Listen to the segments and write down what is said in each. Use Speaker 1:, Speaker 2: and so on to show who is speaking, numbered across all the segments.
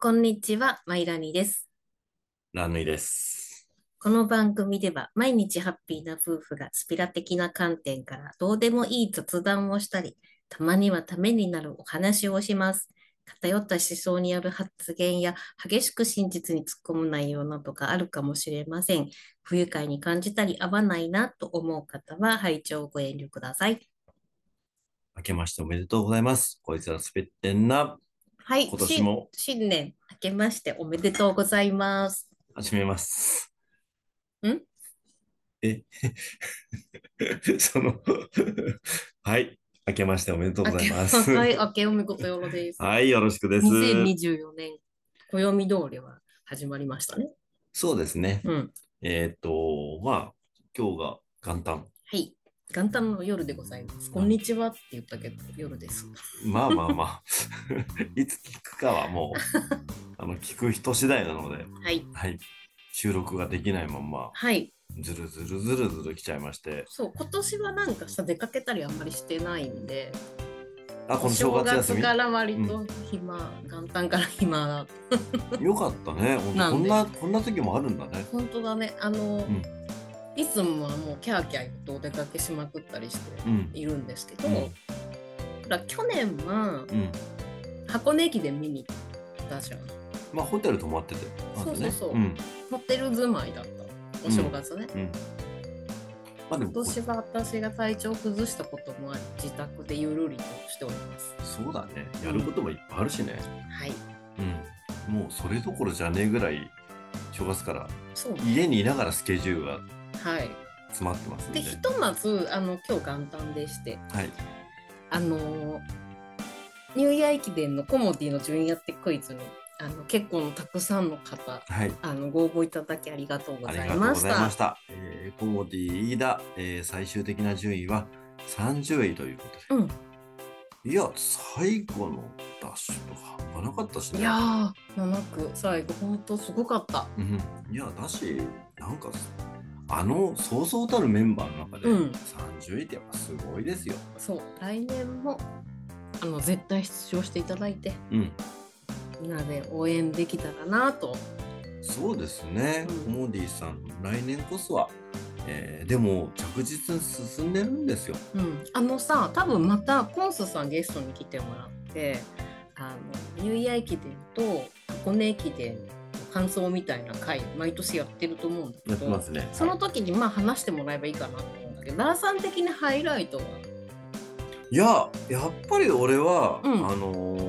Speaker 1: こんにちは、マイラニです。
Speaker 2: ラヌイです。
Speaker 1: この番組では毎日ハッピーな夫婦がスピラ的な観点からどうでもいい雑談をしたり、たまにはためになるお話をします。偏った思想による発言や激しく真実に突っ込む内容などがあるかもしれません。不愉快に感じたり合わないなと思う方は拝聴ご遠慮ください。
Speaker 2: 明けましておめでとうございます。こいつら滑ってんな。
Speaker 1: はい、
Speaker 2: 今年も
Speaker 1: し新年明けましておめでとうございます。
Speaker 2: 始めます。
Speaker 1: ん
Speaker 2: え その、 はい。明けましておめでとうございます。
Speaker 1: はい、明けお めことよろです。
Speaker 2: はい、よろしくです。
Speaker 1: 2024年、暦通りは始まりましたね。
Speaker 2: そうですね。
Speaker 1: うん。
Speaker 2: えっ、と、まあ、今日が元旦。
Speaker 1: はい。元旦の夜でございます。こんにちはって言ったけど、夜です。
Speaker 2: まあまあま あ、いつ聞くかはもう、 あの、聞く人次第なので、
Speaker 1: はい。
Speaker 2: はい。収録ができないまんま、
Speaker 1: はい。
Speaker 2: ずるずるずるずる来ちゃいまして、
Speaker 1: そう、今年はなんかさ、出かけたりあんまりしてないんで、
Speaker 2: あ、この正月休み。
Speaker 1: から割と暇、元旦から暇。
Speaker 2: よかったね。ほんと
Speaker 1: な
Speaker 2: こ
Speaker 1: ん
Speaker 2: ん
Speaker 1: で
Speaker 2: な、こんな時もあるんだね。
Speaker 1: 本当だね。あの、
Speaker 2: ん
Speaker 1: いつもはもうキャーキャーとお出かけしまくったりして
Speaker 2: うん。
Speaker 1: いるんですけど、
Speaker 2: うん。
Speaker 1: ほら、去年は
Speaker 2: うん。
Speaker 1: 箱根駅伝見に行ったじゃん。
Speaker 2: まあ、ホテル泊まってて。まずね
Speaker 1: そうそうそう
Speaker 2: うん。
Speaker 1: ホテル住まいだったお正月ね、
Speaker 2: うん。まあ、でも
Speaker 1: 今、年は私が体調崩したこともあり自宅でゆるりとしております
Speaker 2: そうだね。やることもいっぱいあるしね。
Speaker 1: はい
Speaker 2: うん。もう、それどころじゃねえぐらい、正月から
Speaker 1: そうね
Speaker 2: 家にいながらスケジュールが
Speaker 1: はい
Speaker 2: 詰まってますんで。
Speaker 1: でひとまずあの今日元旦でして
Speaker 2: はい。
Speaker 1: あのーニューイヤー駅伝のコモディの順位やってクイズにあの結構のたくさんの方
Speaker 2: はい。
Speaker 1: あのご応募いただきありがとうご
Speaker 2: あり
Speaker 1: ざ
Speaker 2: が
Speaker 1: い
Speaker 2: とう
Speaker 1: ま
Speaker 2: ご
Speaker 1: し
Speaker 2: ざいま
Speaker 1: た
Speaker 2: した。えー、コモディ、飯田、えー、最終的な順位は30位ということで。いや、最後のダッシュとか半端なかったし
Speaker 1: うん
Speaker 2: ね。
Speaker 1: いやー7区最後本当すごかった
Speaker 2: うん、いやだしなんかあのそうそうたるメンバーの中で
Speaker 1: うん
Speaker 2: 30位ってやっぱすごいですよ。
Speaker 1: そう来年もあの絶対出場していただいて
Speaker 2: うん、
Speaker 1: みんなで応援できたらなと。
Speaker 2: そうですね、
Speaker 1: うん
Speaker 2: コモディさん来年こそは、えーでも着実に進んでるんですよ。
Speaker 1: うん、あのさ多分またポンスさんゲストに来てもらってあのニューイヤー駅伝と箱根駅伝の感想みたいな回毎年やってると思うんだけど
Speaker 2: ね。
Speaker 1: その時にまあ話してもらえばいいかなと思うんだけど奈良さん的にハイライトはい
Speaker 2: ややっぱり俺は、
Speaker 1: うん
Speaker 2: あのー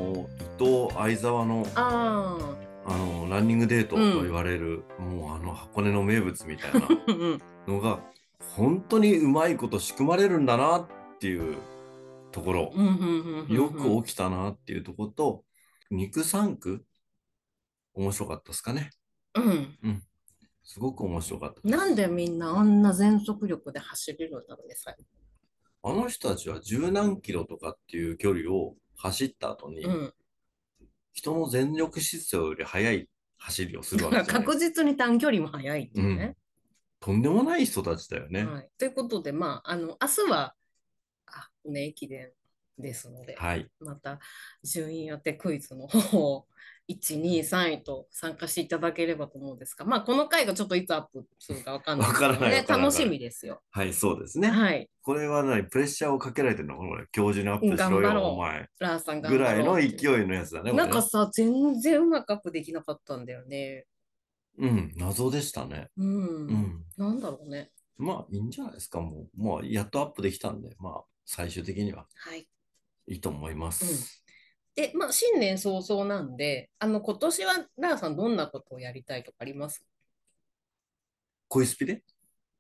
Speaker 2: 伊藤相沢の
Speaker 1: あ
Speaker 2: あのーランニングデートと言われる、もうあの箱根の名物みたいな
Speaker 1: あうんうん
Speaker 2: のが本当にうまいこと仕組まれるんだなっていうところ。
Speaker 1: うんうんうんうん
Speaker 2: よく起きたなっていうところと、肉三区、面白かったですかね。
Speaker 1: うん
Speaker 2: すごく面白かったです。
Speaker 1: なんでみんなあんな全速力で走れるんだろうね最後
Speaker 2: あの人たちは十何キロとかっていう距離を走った後に、
Speaker 1: うん
Speaker 2: 人の全力疾走より速い走りをするわけ
Speaker 1: だ
Speaker 2: じ
Speaker 1: から
Speaker 2: ゃない
Speaker 1: 確実に短距離も速いっていうね。
Speaker 2: とんでもない人たちだよね。
Speaker 1: はい、ということで、まあ、あの明日はあ箱根駅伝ですので、
Speaker 2: はい。
Speaker 1: また順位当てクイズの方を1、2、3位と参加していただければと思うんですが、まあ、この回がちょっといつアップするかわかんないですけど
Speaker 2: わからないわからない
Speaker 1: 楽しみですよ。
Speaker 2: はい、そうですね。
Speaker 1: はい、
Speaker 2: これは何プレッシャーをかけられてるのこれ、教授にアップ
Speaker 1: う
Speaker 2: しろ
Speaker 1: ん頑張ろ
Speaker 2: よ、
Speaker 1: う
Speaker 2: お前。
Speaker 1: ラーさんが。
Speaker 2: ぐらいの勢いのやつだね、これ
Speaker 1: な
Speaker 2: ね
Speaker 1: んかさ、全然うまくアップできなかったんだよね。
Speaker 2: うん、謎でしたね。
Speaker 1: うん。
Speaker 2: うん。
Speaker 1: なんだろうね。
Speaker 2: まあいいんじゃないですか、もう。まあやっとアップできたんで、まあ最終的には
Speaker 1: はい。
Speaker 2: いいと思います。
Speaker 1: で、まあ、新年早々なんで、あの、今年はラーさんどんなことをやりたいとかあります
Speaker 2: 恋スピで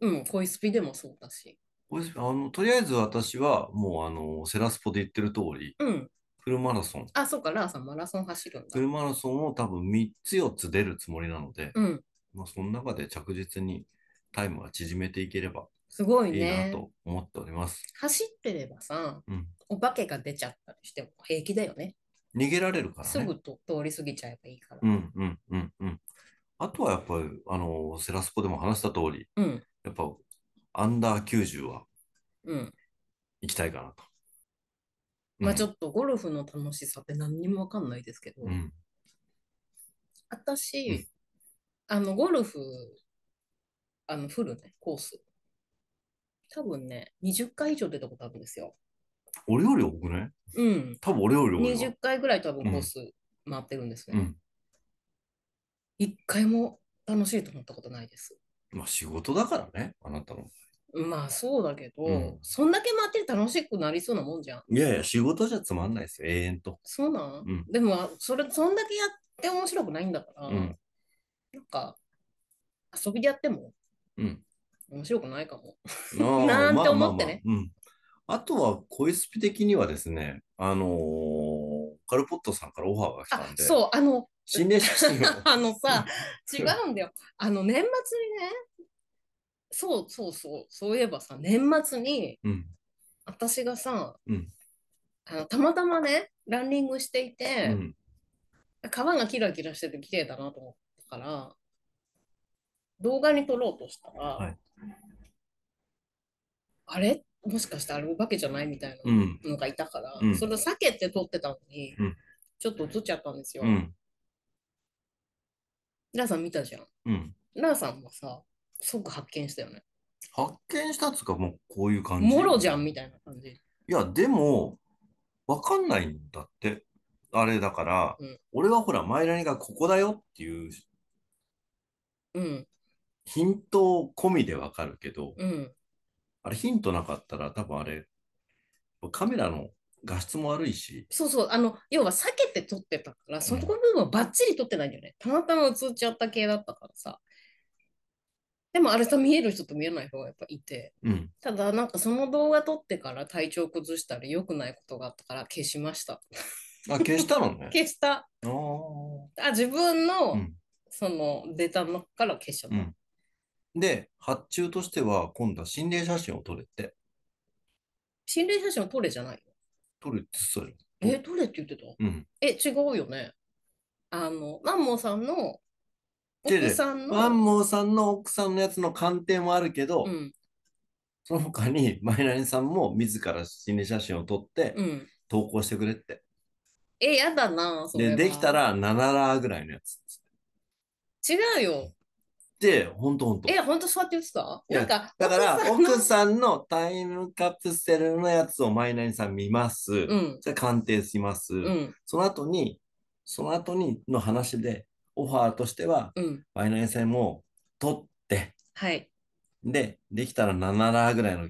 Speaker 1: うん、恋スピでもそうだし。
Speaker 2: 恋スピあの、とりあえず私はもうあの、セラスポで言ってる通り、
Speaker 1: うん。
Speaker 2: フルマラソン。
Speaker 1: あ、そうか、ラーさんマラソン走るんだ
Speaker 2: フ。ルマラソンを多分3つ4つ出るつもりなので、
Speaker 1: うん。
Speaker 2: まあその中で着実にタイムは縮めていければ
Speaker 1: すごい
Speaker 2: いいな
Speaker 1: ね。
Speaker 2: と思っております。
Speaker 1: 走ってればさ、
Speaker 2: うん。
Speaker 1: お化けが出ちゃったりしても平気だよね。
Speaker 2: 逃げられるからね。
Speaker 1: すぐと通り過ぎちゃえばいいから。
Speaker 2: うんうんうんうん。あとはやっぱり、あの、セラスポでも話した通り、
Speaker 1: うん。
Speaker 2: やっぱアンダー90は
Speaker 1: うん。
Speaker 2: 行きたいかなと。
Speaker 1: まあ、ちょ
Speaker 2: と。
Speaker 1: っとゴルフの楽しさって何にもわかんないですけど、
Speaker 2: うん。うん
Speaker 1: 私、あの、ゴルフ、あの、フルね、コース。多分ね、20回以上出たことあるんですよ。
Speaker 2: 俺より多くない
Speaker 1: うん。
Speaker 2: 多分俺より多いわ。
Speaker 1: 20回ぐらい多
Speaker 2: うん
Speaker 1: 分コース回ってるんです
Speaker 2: う
Speaker 1: ね。
Speaker 2: ん。
Speaker 1: 一回も楽しいと思ったことないです。
Speaker 2: まあ仕事だからね、あなたの。
Speaker 1: まあそうだけど、
Speaker 2: うん
Speaker 1: そんだけ回ってて楽しくなりそうなもんじゃん。
Speaker 2: いやいや、仕事じゃつまんないですよ、永遠 と。
Speaker 1: そうなん、
Speaker 2: うん
Speaker 1: でも、それ、そんだけやって面白くないんだから、
Speaker 2: うん
Speaker 1: なんか、遊びでやっても
Speaker 2: うん。
Speaker 1: 面白くないかも。
Speaker 2: ああ
Speaker 1: なんて思ってね。
Speaker 2: まあまあまあうん。あとは、恋スピ的にはですね、あのーカルポットさんからオファーが来
Speaker 1: あ
Speaker 2: たん、で、
Speaker 1: そう、あ の、
Speaker 2: 心霊写真を。
Speaker 1: あのさ、違うんだよ。あの、年末にね、そうそうそう、そういえばさ、年末に、
Speaker 2: うん。
Speaker 1: 私がさ、
Speaker 2: うん
Speaker 1: あのたまたまね、ランニングしていうて、
Speaker 2: ん。
Speaker 1: 川がキラキラしてて綺麗だなと思ったから、動画に撮ろうとしたら、
Speaker 2: はい
Speaker 1: あれもしかしてあれお化けじゃないみたいな
Speaker 2: うん。
Speaker 1: のがいたから、
Speaker 2: うん
Speaker 1: それを避けて撮ってたのに、
Speaker 2: うん
Speaker 1: ちょっと映っちゃったんですよ。
Speaker 2: うん。
Speaker 1: ラーさん見たじゃん。
Speaker 2: うん。
Speaker 1: ラーさんもさ、即発見したよね。
Speaker 2: 発見したっつうか、もうこういう感じ。
Speaker 1: もろじゃ
Speaker 2: ん。
Speaker 1: んみたいな感じ。
Speaker 2: いや、でも、わかんないんだって。あれだから、
Speaker 1: うん
Speaker 2: 俺はほら、マイラニがここだよっていう
Speaker 1: うん、
Speaker 2: ヒント込みでわかるけど、
Speaker 1: うん。
Speaker 2: あれヒントなかったら多分あれ、カメラの画質も悪いし、
Speaker 1: そうそう、あの、要は避けて撮ってたから、そこの部分はバッチリ撮ってないんだよね。たまたま映っちゃった系だったからさ。でもあれさ、見える人と見えない人がやっぱいて、
Speaker 2: うん。
Speaker 1: ただなんかその動画撮ってから体調崩したり良くないことがあったから消しました。
Speaker 2: あ、消したの ね。
Speaker 1: 消した。
Speaker 2: あー
Speaker 1: あ、自分の、
Speaker 2: うん
Speaker 1: そのデータの中から消しちゃった。
Speaker 2: うんで、発注としては、今度は心霊写真を撮れって。
Speaker 1: 心霊写真は撮れじゃないよ。
Speaker 2: 撮るってそれ。
Speaker 1: え、撮れって言ってた
Speaker 2: うん。
Speaker 1: え、違うよね。あの、マンモーさんの
Speaker 2: 違う違う
Speaker 1: 奥さん
Speaker 2: ワン
Speaker 1: の、
Speaker 2: モーさんの奥さんのやつの鑑定もあるけど、
Speaker 1: うん、
Speaker 2: その他にマイナリさんも自ら心霊写真を撮って、
Speaker 1: うん。
Speaker 2: 投稿してくれって。
Speaker 1: え、やだな、それ
Speaker 2: で、
Speaker 1: は
Speaker 2: できたら7ラーぐらいのやつっつっ
Speaker 1: 違うよ。
Speaker 2: て。で、ほんとほんと。
Speaker 1: え、ほんとそうやって言ってた
Speaker 2: いや
Speaker 1: なんか、
Speaker 2: だから、
Speaker 1: 奥さんの
Speaker 2: 奥さんのタイムカプセルのやつをマイナリさん見ます。
Speaker 1: うん、
Speaker 2: じゃあ鑑定します。
Speaker 1: うん、
Speaker 2: その後に、その後にの話で、オファーとしては、
Speaker 1: うん。
Speaker 2: マイナリさんも取って、
Speaker 1: はい。
Speaker 2: で、できたら7ラーぐらいの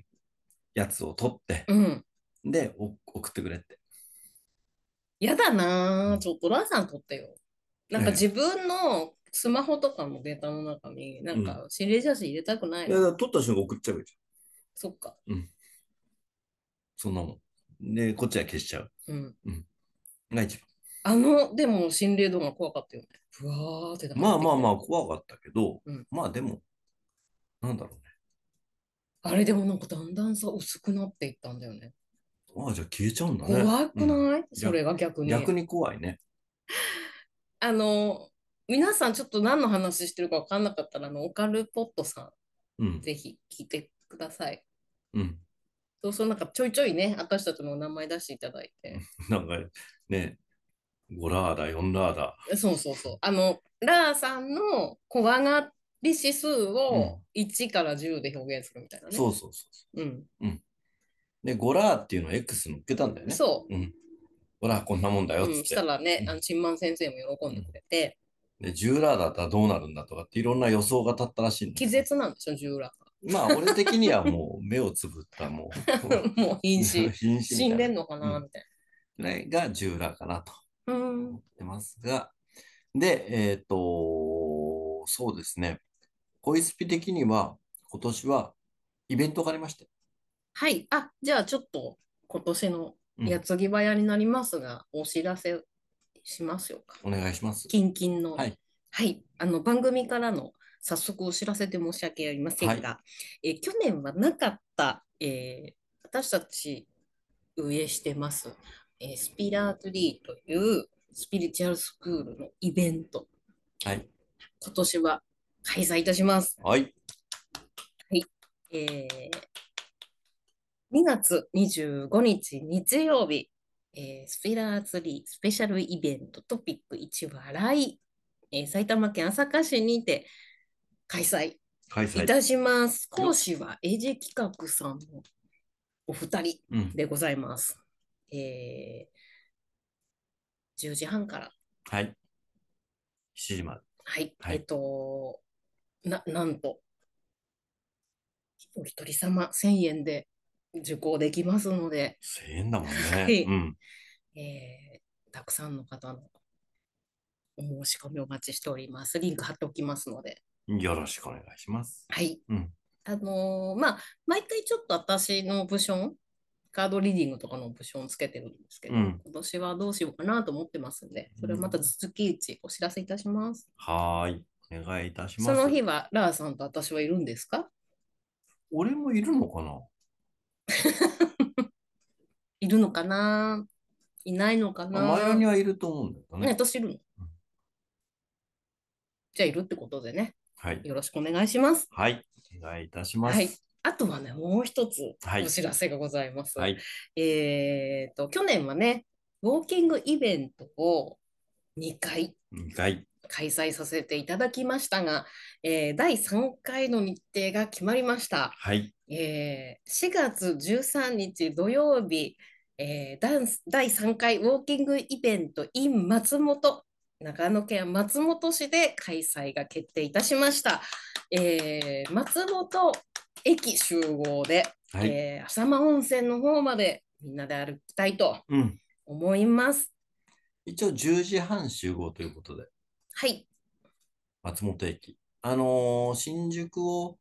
Speaker 2: やつを取って、
Speaker 1: うん。
Speaker 2: で、お送ってくれって。
Speaker 1: やだな、ちょっとラーさん撮ってよ。なんか自分のスマホとかのデータの中に、なんか心霊写真入れたくない
Speaker 2: い
Speaker 1: の。
Speaker 2: や、だから取った瞬間送っちゃうじゃん。
Speaker 1: そっか。
Speaker 2: そんなもん。で、こっちは消しちゃう。
Speaker 1: うん。
Speaker 2: が一番。
Speaker 1: あの、でも心霊動画怖かったよね。ふわーって
Speaker 2: まあまあま
Speaker 1: あ。
Speaker 2: あ、怖かったけど、
Speaker 1: うん
Speaker 2: まあでも、なんだろうね。
Speaker 1: あれでもなんかだんだんさ、薄くなっていったんだよね。
Speaker 2: ああ、じゃあ消えちゃうんだね。
Speaker 1: 怖く
Speaker 2: うん
Speaker 1: ないそれが逆に。
Speaker 2: 逆に怖いね。
Speaker 1: あの、皆さんちょっと何の話してるか分かんなかったら、あの、オカルポットさ
Speaker 2: うん
Speaker 1: ん、。ぜひ聞いてください。
Speaker 2: うん。
Speaker 1: そうそう、なんかちょいちょいね、私たちのお名前出していただいて。
Speaker 2: なんか、ね、5ラーだ、4ラーだ。
Speaker 1: そうそうそう。あの、ラーさんの怖がり指数を1から10で表現するみたいなね。。
Speaker 2: そうそうそうそう
Speaker 1: ん。
Speaker 2: う。で、5ラーっていうのを X 乗っけたんだよね。。
Speaker 1: そう
Speaker 2: ん。ほら、こんなもんだ
Speaker 1: う。
Speaker 2: よっ
Speaker 1: う
Speaker 2: つ
Speaker 1: ん、
Speaker 2: っ
Speaker 1: した
Speaker 2: て。
Speaker 1: らね
Speaker 2: う、ん
Speaker 1: あの、チンマン先生も喜んでくれて、
Speaker 2: で、10ラーだったらどうなるんだとかっていろんな予想が立ったらしいんだ
Speaker 1: 気
Speaker 2: よ
Speaker 1: 絶なんでしょ、10ラ
Speaker 2: まあ、俺的にはもう目をつぶった、も う。
Speaker 1: ーも う瀕死。
Speaker 2: 瀕死みたい
Speaker 1: 死
Speaker 2: な。
Speaker 1: んでんのかな
Speaker 2: うん
Speaker 1: みたい
Speaker 2: これが10ラーかなと
Speaker 1: な。うん
Speaker 2: 思ってますが。で、えっ、と、そうですね。恋スピ的には、今年はイベントがありまして。
Speaker 1: はい。あ、じゃあちょっと今年の
Speaker 2: うん
Speaker 1: 矢継ぎ早になりますが、お知らせしましょうか。
Speaker 2: お願いします。
Speaker 1: キンキンの。
Speaker 2: はい。
Speaker 1: はいあの、番組からの早速お知らせで申し訳ありませんが、えー去年はなかった、えー私たち運営してます、えースピラートリーというスピリチュアルスクールのイベント、
Speaker 2: はい。
Speaker 1: 今年は開催いたします。
Speaker 2: はい。
Speaker 1: えー2月25日日曜日、えースピラーツリースペシャルイベントトピック1笑いえー埼玉県朝霞市にて開催
Speaker 2: 開
Speaker 1: い
Speaker 2: 催。
Speaker 1: たします。講師はエジ企画さんのお二人
Speaker 2: うん。
Speaker 1: でございます。えー、10時半から。
Speaker 2: はい。7時まで。
Speaker 1: はい。
Speaker 2: はい
Speaker 1: えっと、な、なんと、お一人様1000円で受講できますので、
Speaker 2: 1000円だもんね。
Speaker 1: い
Speaker 2: うん。
Speaker 1: えーたくさんの方のお申し込みお待ちしております。リンク貼っておきますので。
Speaker 2: よろしくお願いします。
Speaker 1: はい。
Speaker 2: うん
Speaker 1: あのーまあ、毎回ちょっと私のオプション、カードリーディングとかのオプションつけてるんですけど、
Speaker 2: うん
Speaker 1: 今年はどうしようかなと思ってますんで、それはまた続きうちお知らせいたします。
Speaker 2: はーい。お願いいたします。
Speaker 1: その日はラーさんと私はいるんですか
Speaker 2: 俺もいるのかない
Speaker 1: るのかないないのかな
Speaker 2: 前にはいると思うんだけど
Speaker 1: ね、
Speaker 2: ね。
Speaker 1: 私いるの
Speaker 2: うん。
Speaker 1: じゃあいるってことでね、
Speaker 2: はい。
Speaker 1: よろしくお願いします。
Speaker 2: はい。お願いいたします。
Speaker 1: はい。あとはね、もう一つ
Speaker 2: はい
Speaker 1: お知らせがございます。
Speaker 2: はい。
Speaker 1: えっと、去年はね、ウォーキングイベントを2回
Speaker 2: 2回。
Speaker 1: 開催させていただきましたが、えー第3回の日程が決まりました。
Speaker 2: はい。
Speaker 1: えー4月13日土曜日、えーダンス第3回ウォーキングイベント in 松本、長野県松本市で開催が決定いたしました。えー松本駅集合で、
Speaker 2: はい。
Speaker 1: えー浅間温泉の方までみんなで歩きたいと
Speaker 2: うん。
Speaker 1: 思います。
Speaker 2: 一応10時半集合ということで、
Speaker 1: はい、
Speaker 2: 松本駅。あのー新宿を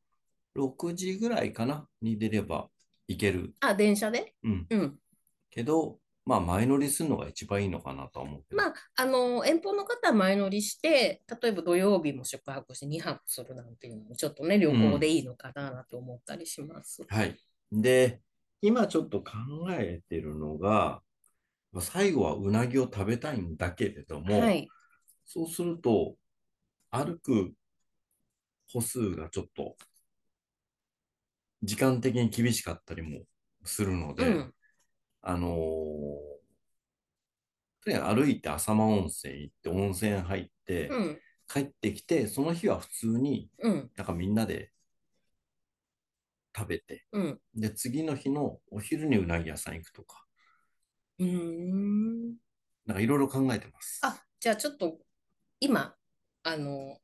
Speaker 2: 6時ぐらいかなに出れば行ける。
Speaker 1: あ、電車で
Speaker 2: うん。
Speaker 1: うん。
Speaker 2: けど、まあ、前乗りするのが一番いいのかなとは思うけど。
Speaker 1: まあ、あの遠方の方は前乗りして、例えば土曜日も宿泊して2泊するなんていうのも、ちょっとね、旅行でいいのかなと思ったりします。
Speaker 2: はい。で、今ちょっと考えてるのが、まあ最後はうなぎを食べたいんだけれども、
Speaker 1: はい。
Speaker 2: そうすると、歩く歩数がちょっと、時間的に厳しかったりもするの
Speaker 1: う
Speaker 2: で、
Speaker 1: ん。
Speaker 2: あのーとにかく歩いて浅間温泉行って、温泉入って、
Speaker 1: うん。
Speaker 2: 帰ってきて、その日は普通に
Speaker 1: うん。
Speaker 2: なんかみんなで食べて、
Speaker 1: うん。
Speaker 2: で、次の日のお昼にうなぎ屋さん行くとか、
Speaker 1: うーん。
Speaker 2: なんかいろいろ考えてます。
Speaker 1: あ、じゃあちょっと今、あの、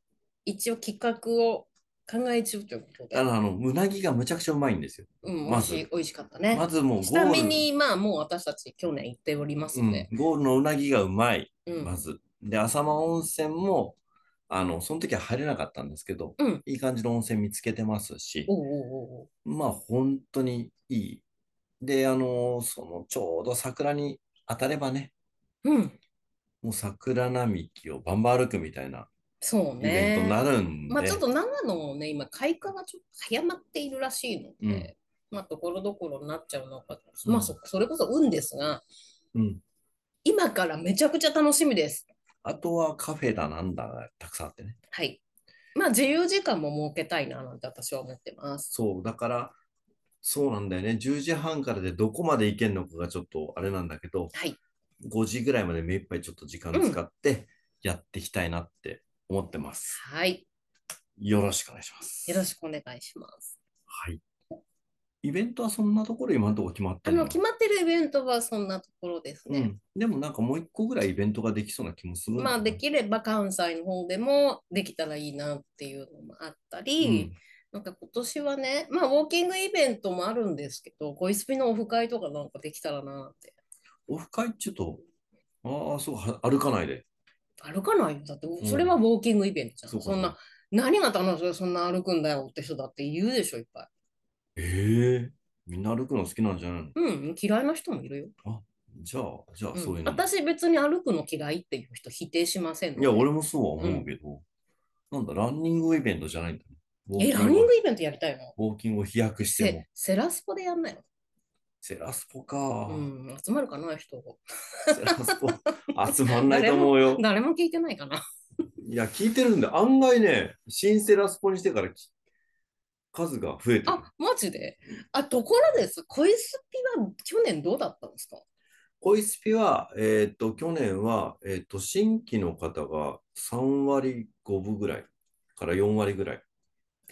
Speaker 1: 一応企画を考え中ということで、
Speaker 2: あの、あのうなぎがむちゃくちゃうまいんですよ。
Speaker 1: うん、美
Speaker 2: ま
Speaker 1: 味し
Speaker 2: ず
Speaker 1: い、美味しかったね。
Speaker 2: まずもうゴ
Speaker 1: ちなみ
Speaker 2: ール、
Speaker 1: に、まあ、もう私たち去年行っております
Speaker 2: うんん
Speaker 1: で、、
Speaker 2: ゴールのうなぎがうまい、
Speaker 1: うん。
Speaker 2: まず。で、浅間温泉も、あの、その時は入れなかったんですけど、
Speaker 1: うん
Speaker 2: いい感じの温泉見つけてますし、
Speaker 1: おうおうおうおう。
Speaker 2: まあ本当にいい。で、あのそのちょうど桜に当たればね、
Speaker 1: うん。
Speaker 2: もう桜並木をバンバン歩くみたいな
Speaker 1: そう
Speaker 2: イベント
Speaker 1: ね
Speaker 2: に。なるん
Speaker 1: まあ、
Speaker 2: で
Speaker 1: ちょっ、と長野もね、今、開花がちょっと早まっているらしいので、まあ、ところどころになっちゃうのか、
Speaker 2: うん
Speaker 1: まあそ、それこそ運ですが、
Speaker 2: うん。
Speaker 1: 今からめちゃくちゃ楽しみです。
Speaker 2: あとはカフェだなんだがたくさんあってね。
Speaker 1: はい。まあ、自由時間も設けたいな、なんて私は思ってます。
Speaker 2: そう、だから、そうなんだよね。10時半からでどこまで行けるのかがちょっとあれなんだけど、
Speaker 1: はい。
Speaker 2: 5時ぐらいまで目いっぱいちょっと時間使ってやっていきたいなって思ってます。
Speaker 1: はい。
Speaker 2: よろしくお願いします。
Speaker 1: よろしくお願いします。
Speaker 2: はい。イベントはそんなところ今のところ決まって
Speaker 1: あ
Speaker 2: る
Speaker 1: の、決まってるイベントはそんなところです
Speaker 2: う
Speaker 1: ね。
Speaker 2: ん、でもなんかもう一個ぐらいイベントができそうな気もするんだ
Speaker 1: まあ、
Speaker 2: よね
Speaker 1: できれば関西の方でもできたらいいなっていうのもあったり、なんか今年はね、まあ、ウォーキングイベントもあるんですけど、恋スピのオフ会とかなんかできたらなって。
Speaker 2: うん、オフ会ちょっと、ああ、そう、は歩かないで。
Speaker 1: 歩かないよ。だって、
Speaker 2: ん
Speaker 1: それはウォーキングイベントじゃん。
Speaker 2: そうか
Speaker 1: そんな、何が楽しいそんな歩くんだよって人だって言うでしょ、いっぱい。
Speaker 2: ええみんな歩くの好きなんじゃないの
Speaker 1: うん、嫌いな人もいるよ。
Speaker 2: じゃあ、じゃあ
Speaker 1: うん
Speaker 2: そういうの。
Speaker 1: 私別に歩くの嫌いっていう人否定しませんの
Speaker 2: い
Speaker 1: で
Speaker 2: や、俺もそうは思うけど、なんだ、ランニングイベントじゃないんだね。ウォー
Speaker 1: え、
Speaker 2: キン
Speaker 1: ラ
Speaker 2: グ
Speaker 1: ンニングイベントやりたいの
Speaker 2: ウォーキングを飛躍しても
Speaker 1: セ。セラスポでやんなよ。
Speaker 2: セラスポか
Speaker 1: う。ん、集まるかな、人。
Speaker 2: セラスポ、集まんないと思うよ。
Speaker 1: 誰も聞いてないかな。
Speaker 2: いや、聞いてるんだ。案外ね、新セラスポにしてからき数が増えてる。
Speaker 1: あ、マジであ、ところです。恋スピは去年どうだったんですか
Speaker 2: オイスピは、えっと、去年は、えっと、新規の方が3割5分ぐらいから4割ぐらい、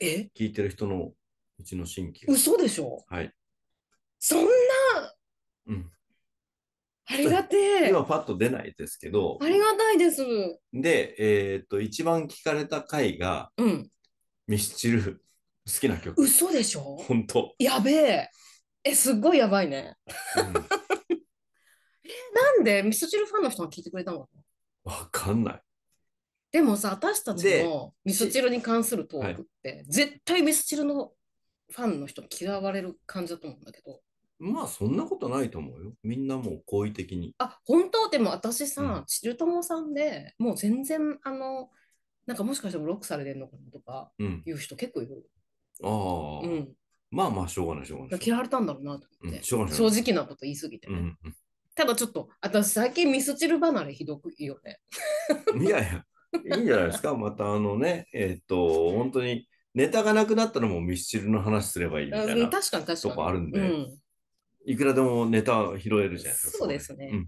Speaker 1: え
Speaker 2: 聞いてる人のうちの新規が。
Speaker 1: 嘘でしょ
Speaker 2: はい。
Speaker 1: そんな
Speaker 2: うん。
Speaker 1: ありがてえ
Speaker 2: 今、パッと出ないですけど
Speaker 1: あ、りがたいです。
Speaker 2: で、えっと、一番聞かれた回が、
Speaker 1: うん。
Speaker 2: ミスチル、好きな曲。
Speaker 1: 嘘でしょ
Speaker 2: 本当。
Speaker 1: やべえ。え、すっごいやばいね。
Speaker 2: うん
Speaker 1: なんでミスチルファンの人が聞いてくれたのかな
Speaker 2: わかんない。
Speaker 1: でもさ、私たちのミスチルに関するトークって、絶対ミスチルのファンの人に嫌われる感じだと思うんだけど。
Speaker 2: まあ、そんなことないと思うよ。みんなもう好意的に。
Speaker 1: あ、本当でも私
Speaker 2: うん
Speaker 1: さ、ちるともさんでもう全然、あの、なんかもしかしてブロックされてんのかなとか
Speaker 2: うん。
Speaker 1: 言う人結構いる。
Speaker 2: ああ、
Speaker 1: うん。
Speaker 2: まあまあ、しょうがない、しょうがない。
Speaker 1: 嫌われたんだろうなと思っ
Speaker 2: うん、
Speaker 1: て。
Speaker 2: しょうがない。
Speaker 1: 正直なこと言いすぎて
Speaker 2: う
Speaker 1: ね。
Speaker 2: んうん
Speaker 1: ただちょっと、私最近ミスチル離れひどくいいよね。
Speaker 2: いやいや、いいんじゃないですか。またあのね、えっと、本当にネタがなくなったらもうミスチルの話すればいいみたい
Speaker 1: うん
Speaker 2: な
Speaker 1: 確かに確
Speaker 2: と
Speaker 1: か
Speaker 2: こあるん
Speaker 1: に。う
Speaker 2: で、
Speaker 1: ん。
Speaker 2: いくらでもネタを拾えるじゃないですか。
Speaker 1: そうですね
Speaker 2: うん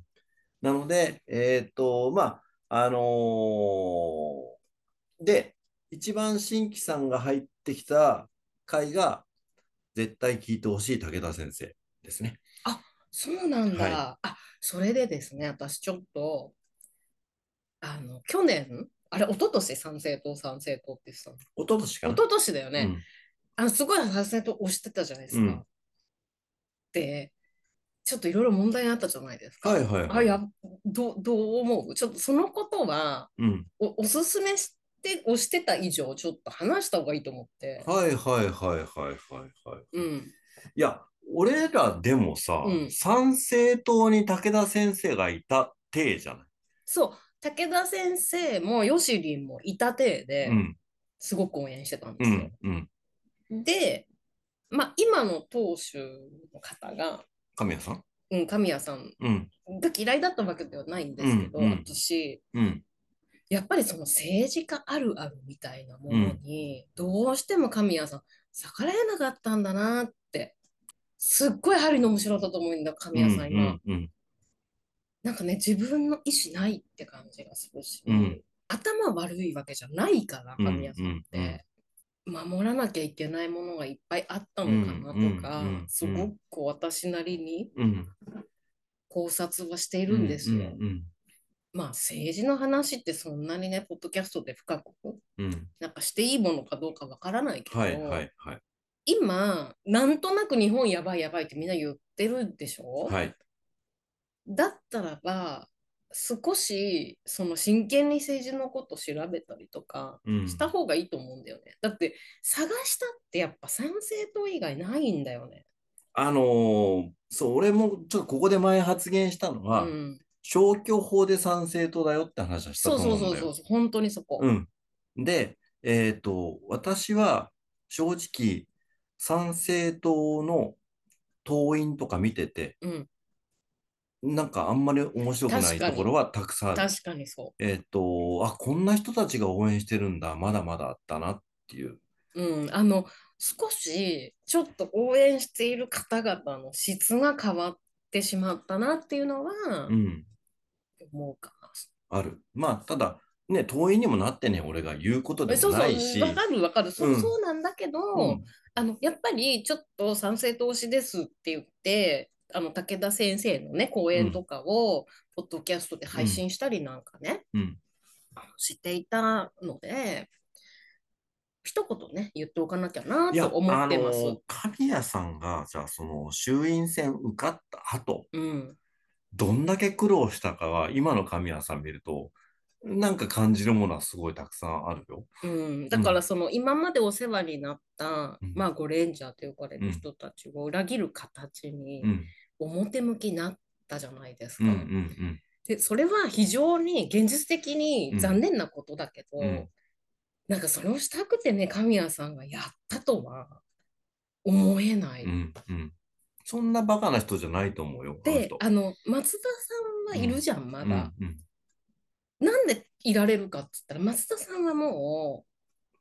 Speaker 2: なので、えっと、まあ、あのーで、一番新規さんが入ってきた回が、絶対聞いてほしい武田先生ですね。
Speaker 1: そうなんだ。
Speaker 2: は
Speaker 1: あ、それでですね、私ちょっと、あの、去年、あれ、一昨年三政党三政党って言ってたの。
Speaker 2: 一昨年か
Speaker 1: 一
Speaker 2: な。
Speaker 1: 昨年だよね。
Speaker 2: うん
Speaker 1: あの、すごい発生と押してたじゃないですか。
Speaker 2: うん
Speaker 1: で、ちょっといろいろ問題になったじゃないですか。
Speaker 2: はいはいはい
Speaker 1: あ、や、どう、どう思うちょっとそのことは、
Speaker 2: うん。
Speaker 1: お、おすすめして、押してた以上、ちょっと話した方がいいと思って。
Speaker 2: はいはいはいはいはいはい。
Speaker 1: うん。
Speaker 2: いや、俺らでもさ、
Speaker 1: うん
Speaker 2: 参政党に武田先生がいた体じゃな
Speaker 1: そう、武田先生もヨシリンもいた体
Speaker 2: い。
Speaker 1: で
Speaker 2: う、ん、
Speaker 1: すごく応援してたんで
Speaker 2: う
Speaker 1: すよ。
Speaker 2: ん、うん。
Speaker 1: で、まあ、今の当主の方が、
Speaker 2: 神谷さん
Speaker 1: うん、神谷さん
Speaker 2: うん、
Speaker 1: が嫌いだったわけではないんですけど、
Speaker 2: うんうん
Speaker 1: 私
Speaker 2: うん、
Speaker 1: やっぱりその政治家あるあるみたいなものに、どうしても神谷さん逆らえなかったんだなってすっごい針の面白だと思うんだ神谷さん今、
Speaker 2: うん、うん、
Speaker 1: なんかね自分の意思ないって感じがするし、
Speaker 2: うん
Speaker 1: 頭悪いわけじゃないから
Speaker 2: うん
Speaker 1: 神谷さんって。守らなきゃいけないものがいっぱいあったのかな
Speaker 2: うんうん
Speaker 1: とか、
Speaker 2: うん
Speaker 1: すごくこう私なりに
Speaker 2: うん、うん。
Speaker 1: 考察はしてい
Speaker 2: い
Speaker 1: るんですよ。
Speaker 2: うん、
Speaker 1: まあ政治の話ってそんなにね、ポッドキャストで深く
Speaker 2: うん、うん。
Speaker 1: なんかしていいものかどうかわからないけど、
Speaker 2: はい、はい、はい。
Speaker 1: 今、なんとなく日本やばいやばいってみんな言ってるでしょ、
Speaker 2: はい。
Speaker 1: だったらば、少しその真剣に政治のこと調べたりとか
Speaker 2: うん。
Speaker 1: した方がいいと思うんだよね。だって探したってやっぱ賛成党以外ないんだよね。
Speaker 2: あのーそう、俺もちょっとここで前発言したの
Speaker 1: う
Speaker 2: は、
Speaker 1: ん、
Speaker 2: 消去法で参政党だよって話はした
Speaker 1: そ
Speaker 2: と
Speaker 1: う
Speaker 2: 思
Speaker 1: そううん
Speaker 2: だよ。
Speaker 1: そうそうそう、本当にそこ。
Speaker 2: うん。で、えっと、私は正直、参政党の党員とか見てて、
Speaker 1: うん
Speaker 2: なんかあんまり面白くない
Speaker 1: 確かに
Speaker 2: ところはたくさんある。
Speaker 1: 確かにそ
Speaker 2: えっと、あ、こんな人たちが応援してるんだ、まだまだあったなっていう。
Speaker 1: う。うん、あの、少しちょっと応援している方々の質が変わってしまったなっていうのは
Speaker 2: うん、
Speaker 1: 思うかな。
Speaker 2: ある。まあ、ただ、ね、党員にもなってね、俺が言うことで
Speaker 1: えそ
Speaker 2: も
Speaker 1: うそ
Speaker 2: な
Speaker 1: う、
Speaker 2: いし。
Speaker 1: わかるわかる。そううんそうなんだけど、
Speaker 2: うん
Speaker 1: あの、やっぱりちょっと賛成投資ですって言って、あの武田先生のね、講演とかを、ポッドキャストで配信したりなんかね、
Speaker 2: うん
Speaker 1: していたので、一言ね、言っておかなきゃない
Speaker 2: や、
Speaker 1: と思ってます。
Speaker 2: あの神谷さんが、じゃあ、その衆院選受かった後、
Speaker 1: うん、
Speaker 2: どんだけ苦労したかは、今の神谷さん見ると、なんか感じるものはすごいたくさんあるよ。
Speaker 1: うん、だからその今までお世話になった、
Speaker 2: うん
Speaker 1: まあゴレンジャーと呼ばれる人たちを裏切る形
Speaker 2: う
Speaker 1: に
Speaker 2: ん、
Speaker 1: 表向きになったじゃないです
Speaker 2: うん、
Speaker 1: か。
Speaker 2: うん、うん。
Speaker 1: で、それは非常に現実的に残念なことだけど、
Speaker 2: うん
Speaker 1: なんかそれをしたくてね、神谷さんがやったとは思えない。
Speaker 2: うん、うん。そんなバカな人じゃないと思うよ、あの
Speaker 1: で
Speaker 2: 人、
Speaker 1: あの、松田さんはいるじゃん、まだ。
Speaker 2: うん、うん。
Speaker 1: なんでいられるかっつったら、松田さんはも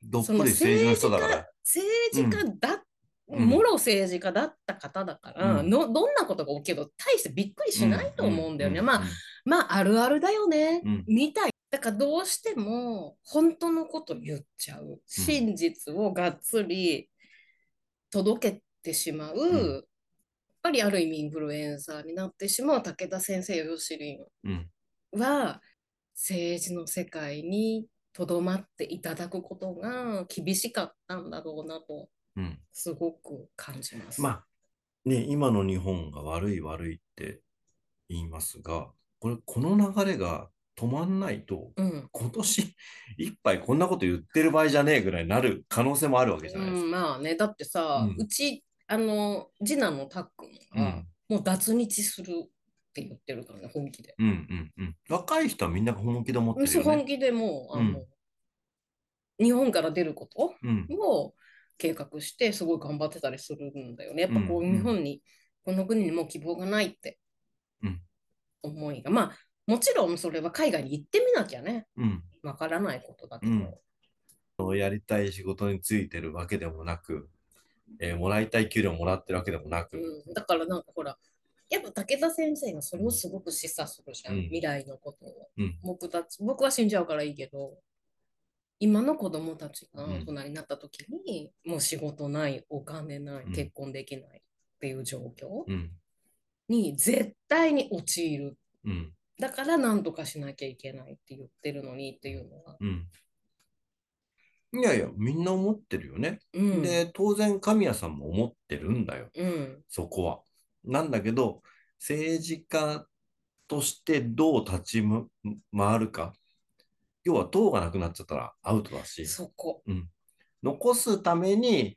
Speaker 2: ど
Speaker 1: う、
Speaker 2: っぷり政治の人だから。
Speaker 1: 政治家だっ
Speaker 2: うん
Speaker 1: もろ政治家だった方だから、
Speaker 2: うん
Speaker 1: のどんなことが起きると大してびっくりしないと思うんだよね。まあ
Speaker 2: あ、
Speaker 1: まああるあるだよね、
Speaker 2: うん
Speaker 1: みたい。だからどうしても本当のこと言っちゃう真実をがっつり届けてしまう、
Speaker 2: ん
Speaker 1: やっぱりある意味インフルエンサーになってしまう武田先生よしりん
Speaker 2: うん、
Speaker 1: は政治の世界にとどまっていただくことが厳しかったんだろうなと
Speaker 2: うん。
Speaker 1: すごく感じます。
Speaker 2: まあ、ね、今の日本が悪い悪いって言いますが、これ、この流れが止まんないと、
Speaker 1: うん、
Speaker 2: 今年いっぱいこんなこと言ってる場合じゃねえぐらいになる可能性もあるわけじゃ
Speaker 1: う
Speaker 2: ないです
Speaker 1: ん、まあねだってさ、
Speaker 2: う
Speaker 1: うんちあの次男のたっくん
Speaker 2: か。
Speaker 1: が、もう脱日するって言ってるからね、本気で。
Speaker 2: うん、うん、うん、うん。若い人はみんな本気で思ってる
Speaker 1: そう
Speaker 2: よ
Speaker 1: 本
Speaker 2: ね。
Speaker 1: 気でもう、あ
Speaker 2: う
Speaker 1: の、日本から出ること
Speaker 2: うん、
Speaker 1: を計画して、すごい頑張ってたりするんだよね。やっぱこう、
Speaker 2: うんうん
Speaker 1: 日本に、この国にもう希望がないって
Speaker 2: うん
Speaker 1: 思いが。まあ、もちろんそれは海外に行ってみなきゃね、
Speaker 2: うん。
Speaker 1: わからないことだけど。
Speaker 2: うんやりたい仕事についてるわけでもなく、えーもらいたい給料もらってるわけでもなく、
Speaker 1: うんだからなんかほら、やっぱ武田先生がそれをすごく示唆するじゃん、
Speaker 2: うん
Speaker 1: 未来のことを、
Speaker 2: うん
Speaker 1: 僕たち。僕は死んじゃうからいいけど、今の子供たちが
Speaker 2: うん
Speaker 1: 大人になった時に、もう仕事ない、お金ない
Speaker 2: うん、
Speaker 1: 結婚できないっていう状況
Speaker 2: うん、
Speaker 1: に絶対に陥る。
Speaker 2: うん、
Speaker 1: だから何とかしなきゃいけないって言ってるのにっていうのは。
Speaker 2: うん。いやいや、みんな思ってるよね。
Speaker 1: うん、
Speaker 2: で、当然、神谷さんも思ってるんだよ、
Speaker 1: うん、
Speaker 2: そこは。なんだけど、政治家としてどう立ちむ回るか。要は、党がなくなっちゃったらアウトだし、
Speaker 1: そこ。
Speaker 2: 残すために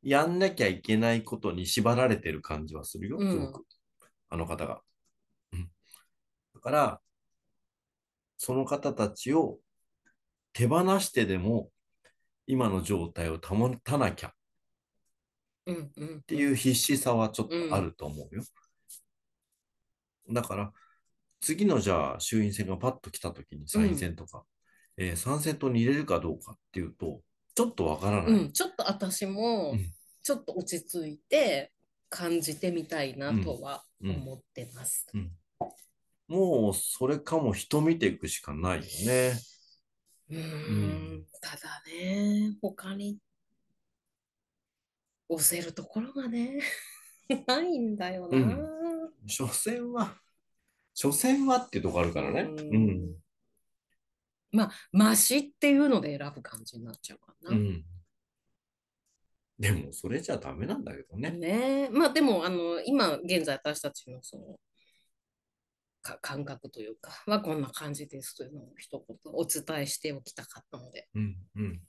Speaker 2: やんなきゃいけないことに縛られてる感じはするよ、
Speaker 1: うん
Speaker 2: すごく。あの方が。うんだから、その方たちを手放してでも、今の状態を保たなきゃ
Speaker 1: うんうん、っ
Speaker 2: っていう必死さはちょっとあると思うよ。だから、次のじゃあ衆院選がパッと来た時に参院選とか、えー参政党に入れるかどうかっていうと、ちょっとわからない。
Speaker 1: うん、ちょっと私も
Speaker 2: うん
Speaker 1: ちょっと落ち着いて感じてみたいなとは
Speaker 2: うんうん
Speaker 1: 思ってます。
Speaker 2: もうそれかも人見ていくしかないよね。
Speaker 1: うー
Speaker 2: ん
Speaker 1: ん、ただね、他に押せるところがね、 ないんだよな。
Speaker 2: うん所詮は、所詮はっていうとこあるからね。う
Speaker 1: うんん。まあ、マシっていうので選ぶ感じになっちゃうか
Speaker 2: う
Speaker 1: な。
Speaker 2: ん。でも、それじゃダメなんだけどね。
Speaker 1: ねえまあでもあの今現在私たちのそのか感覚というかはこんな感じですというのを一言お伝えしておきたかったので。
Speaker 2: うんうん。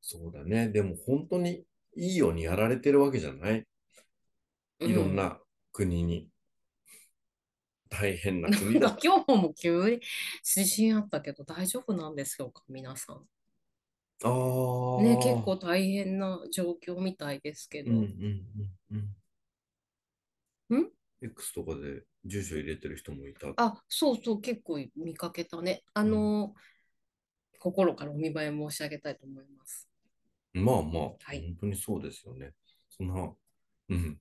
Speaker 2: そうだね。でも本当にいいようにやられてるわけじゃない。いろ んな国に。大変な国
Speaker 1: なん
Speaker 2: だ
Speaker 1: か。今日も急に地震あったけど大丈夫なんですよか皆さん。
Speaker 2: ああ。
Speaker 1: ね結構。大変な状況みたいですけ
Speaker 2: う
Speaker 1: ど、
Speaker 2: んうんうんうん。
Speaker 1: ん
Speaker 2: ?X とかで住所入れてる人もいた。
Speaker 1: あそうそう結構見かけたねあの、心からお見舞い申し上げたいと思います。
Speaker 2: まあまあ、
Speaker 1: はい
Speaker 2: 本当にそうですよね。そんな、うん。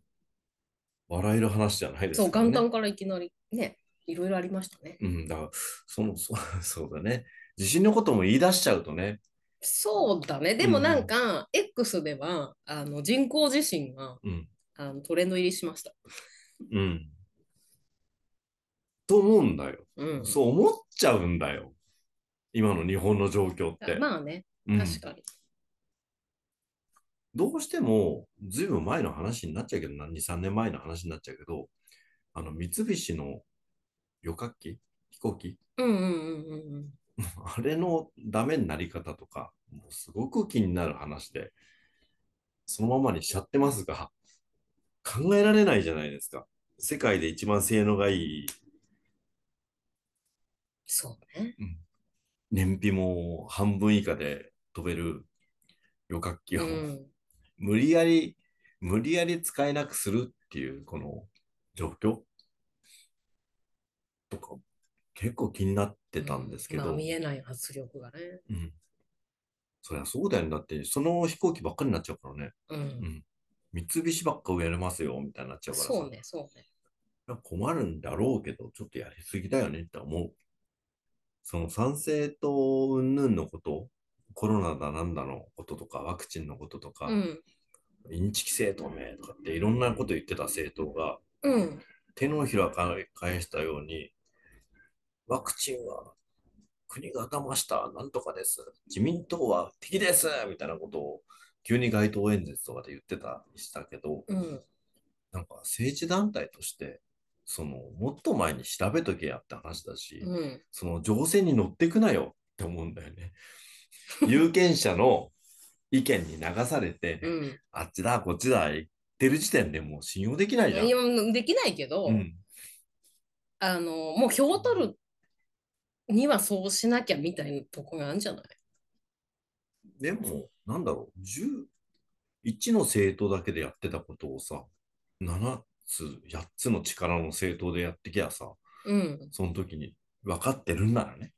Speaker 2: 笑える話じゃないです
Speaker 1: そう
Speaker 2: からね
Speaker 1: 元旦からいきなりねいろいろありましたね。
Speaker 2: うん、だから、その、そ そうだね。地震のことも言い出しちゃうとね。
Speaker 1: そうだね。でもなんか、X では、あの人工地震が
Speaker 2: うん。
Speaker 1: あのトレンド入りしました。
Speaker 2: うん。と思うんだよ。
Speaker 1: うん。
Speaker 2: そう思っちゃうんだよ。今の日本の状況って。
Speaker 1: まあね、
Speaker 2: うん、
Speaker 1: 確かに。
Speaker 2: どうしても、ずいぶん前の話になっちゃうけどな、2、3年前の話になっちゃうけど、あの、三菱の旅客機飛行機
Speaker 1: うんうんうんうんうん。
Speaker 2: あれのダメになり方とか、もうすごく気になる話で、そのままにしちゃってますが、考えられないじゃないですか。世界で一番性能がいい、
Speaker 1: そうね。
Speaker 2: 燃費も半分以下で飛べる旅客機
Speaker 1: う
Speaker 2: を、
Speaker 1: ん。
Speaker 2: 無理やり、無理やり使えなくするっていう、この状況とか、結構気になってたんですけ
Speaker 1: まあ
Speaker 2: ど、
Speaker 1: 見えない圧力がね。
Speaker 2: うん。そりゃそうだよね。だって、その飛行機ばっかりになっちゃうからね。
Speaker 1: うん。
Speaker 2: うん三菱ばっか植えれますよ、みたいになっちゃうからさ。
Speaker 1: そうね、そうね。
Speaker 2: 困るんだろうけど、ちょっとやりすぎだよねって思う。その賛成と云々のこと、コロナだなんだのこととか、ワクチンのこととか、
Speaker 1: うん。
Speaker 2: インチキ政党名とかっていろんなこと言ってた政党が、
Speaker 1: うん。
Speaker 2: 手のひらから返したように、ワクチンは国が騙した、なんとかです、自民党は敵ですみたいなことを急に街頭演説とかで言ってたりしたけど、
Speaker 1: うん。
Speaker 2: なんか政治団体として、そのもっと前に調べとけやって話だし、
Speaker 1: うん。
Speaker 2: その情勢に乗ってくなよって思うんだ よね。有権者の意見に流されて、
Speaker 1: うん。
Speaker 2: あっちだ、こっちだ、言ってる時点でもう信用できないじゃん。
Speaker 1: いや、できないけど、
Speaker 2: うん、
Speaker 1: あの、もう票を取るにはそうしなきゃみたいなとこがあるんじゃない
Speaker 2: でも、なんだろう、11の政党だけでやってたことをさ、7つ、8つの力の政党でやってきゃさ、
Speaker 1: うん。
Speaker 2: その時に分かってるんならね、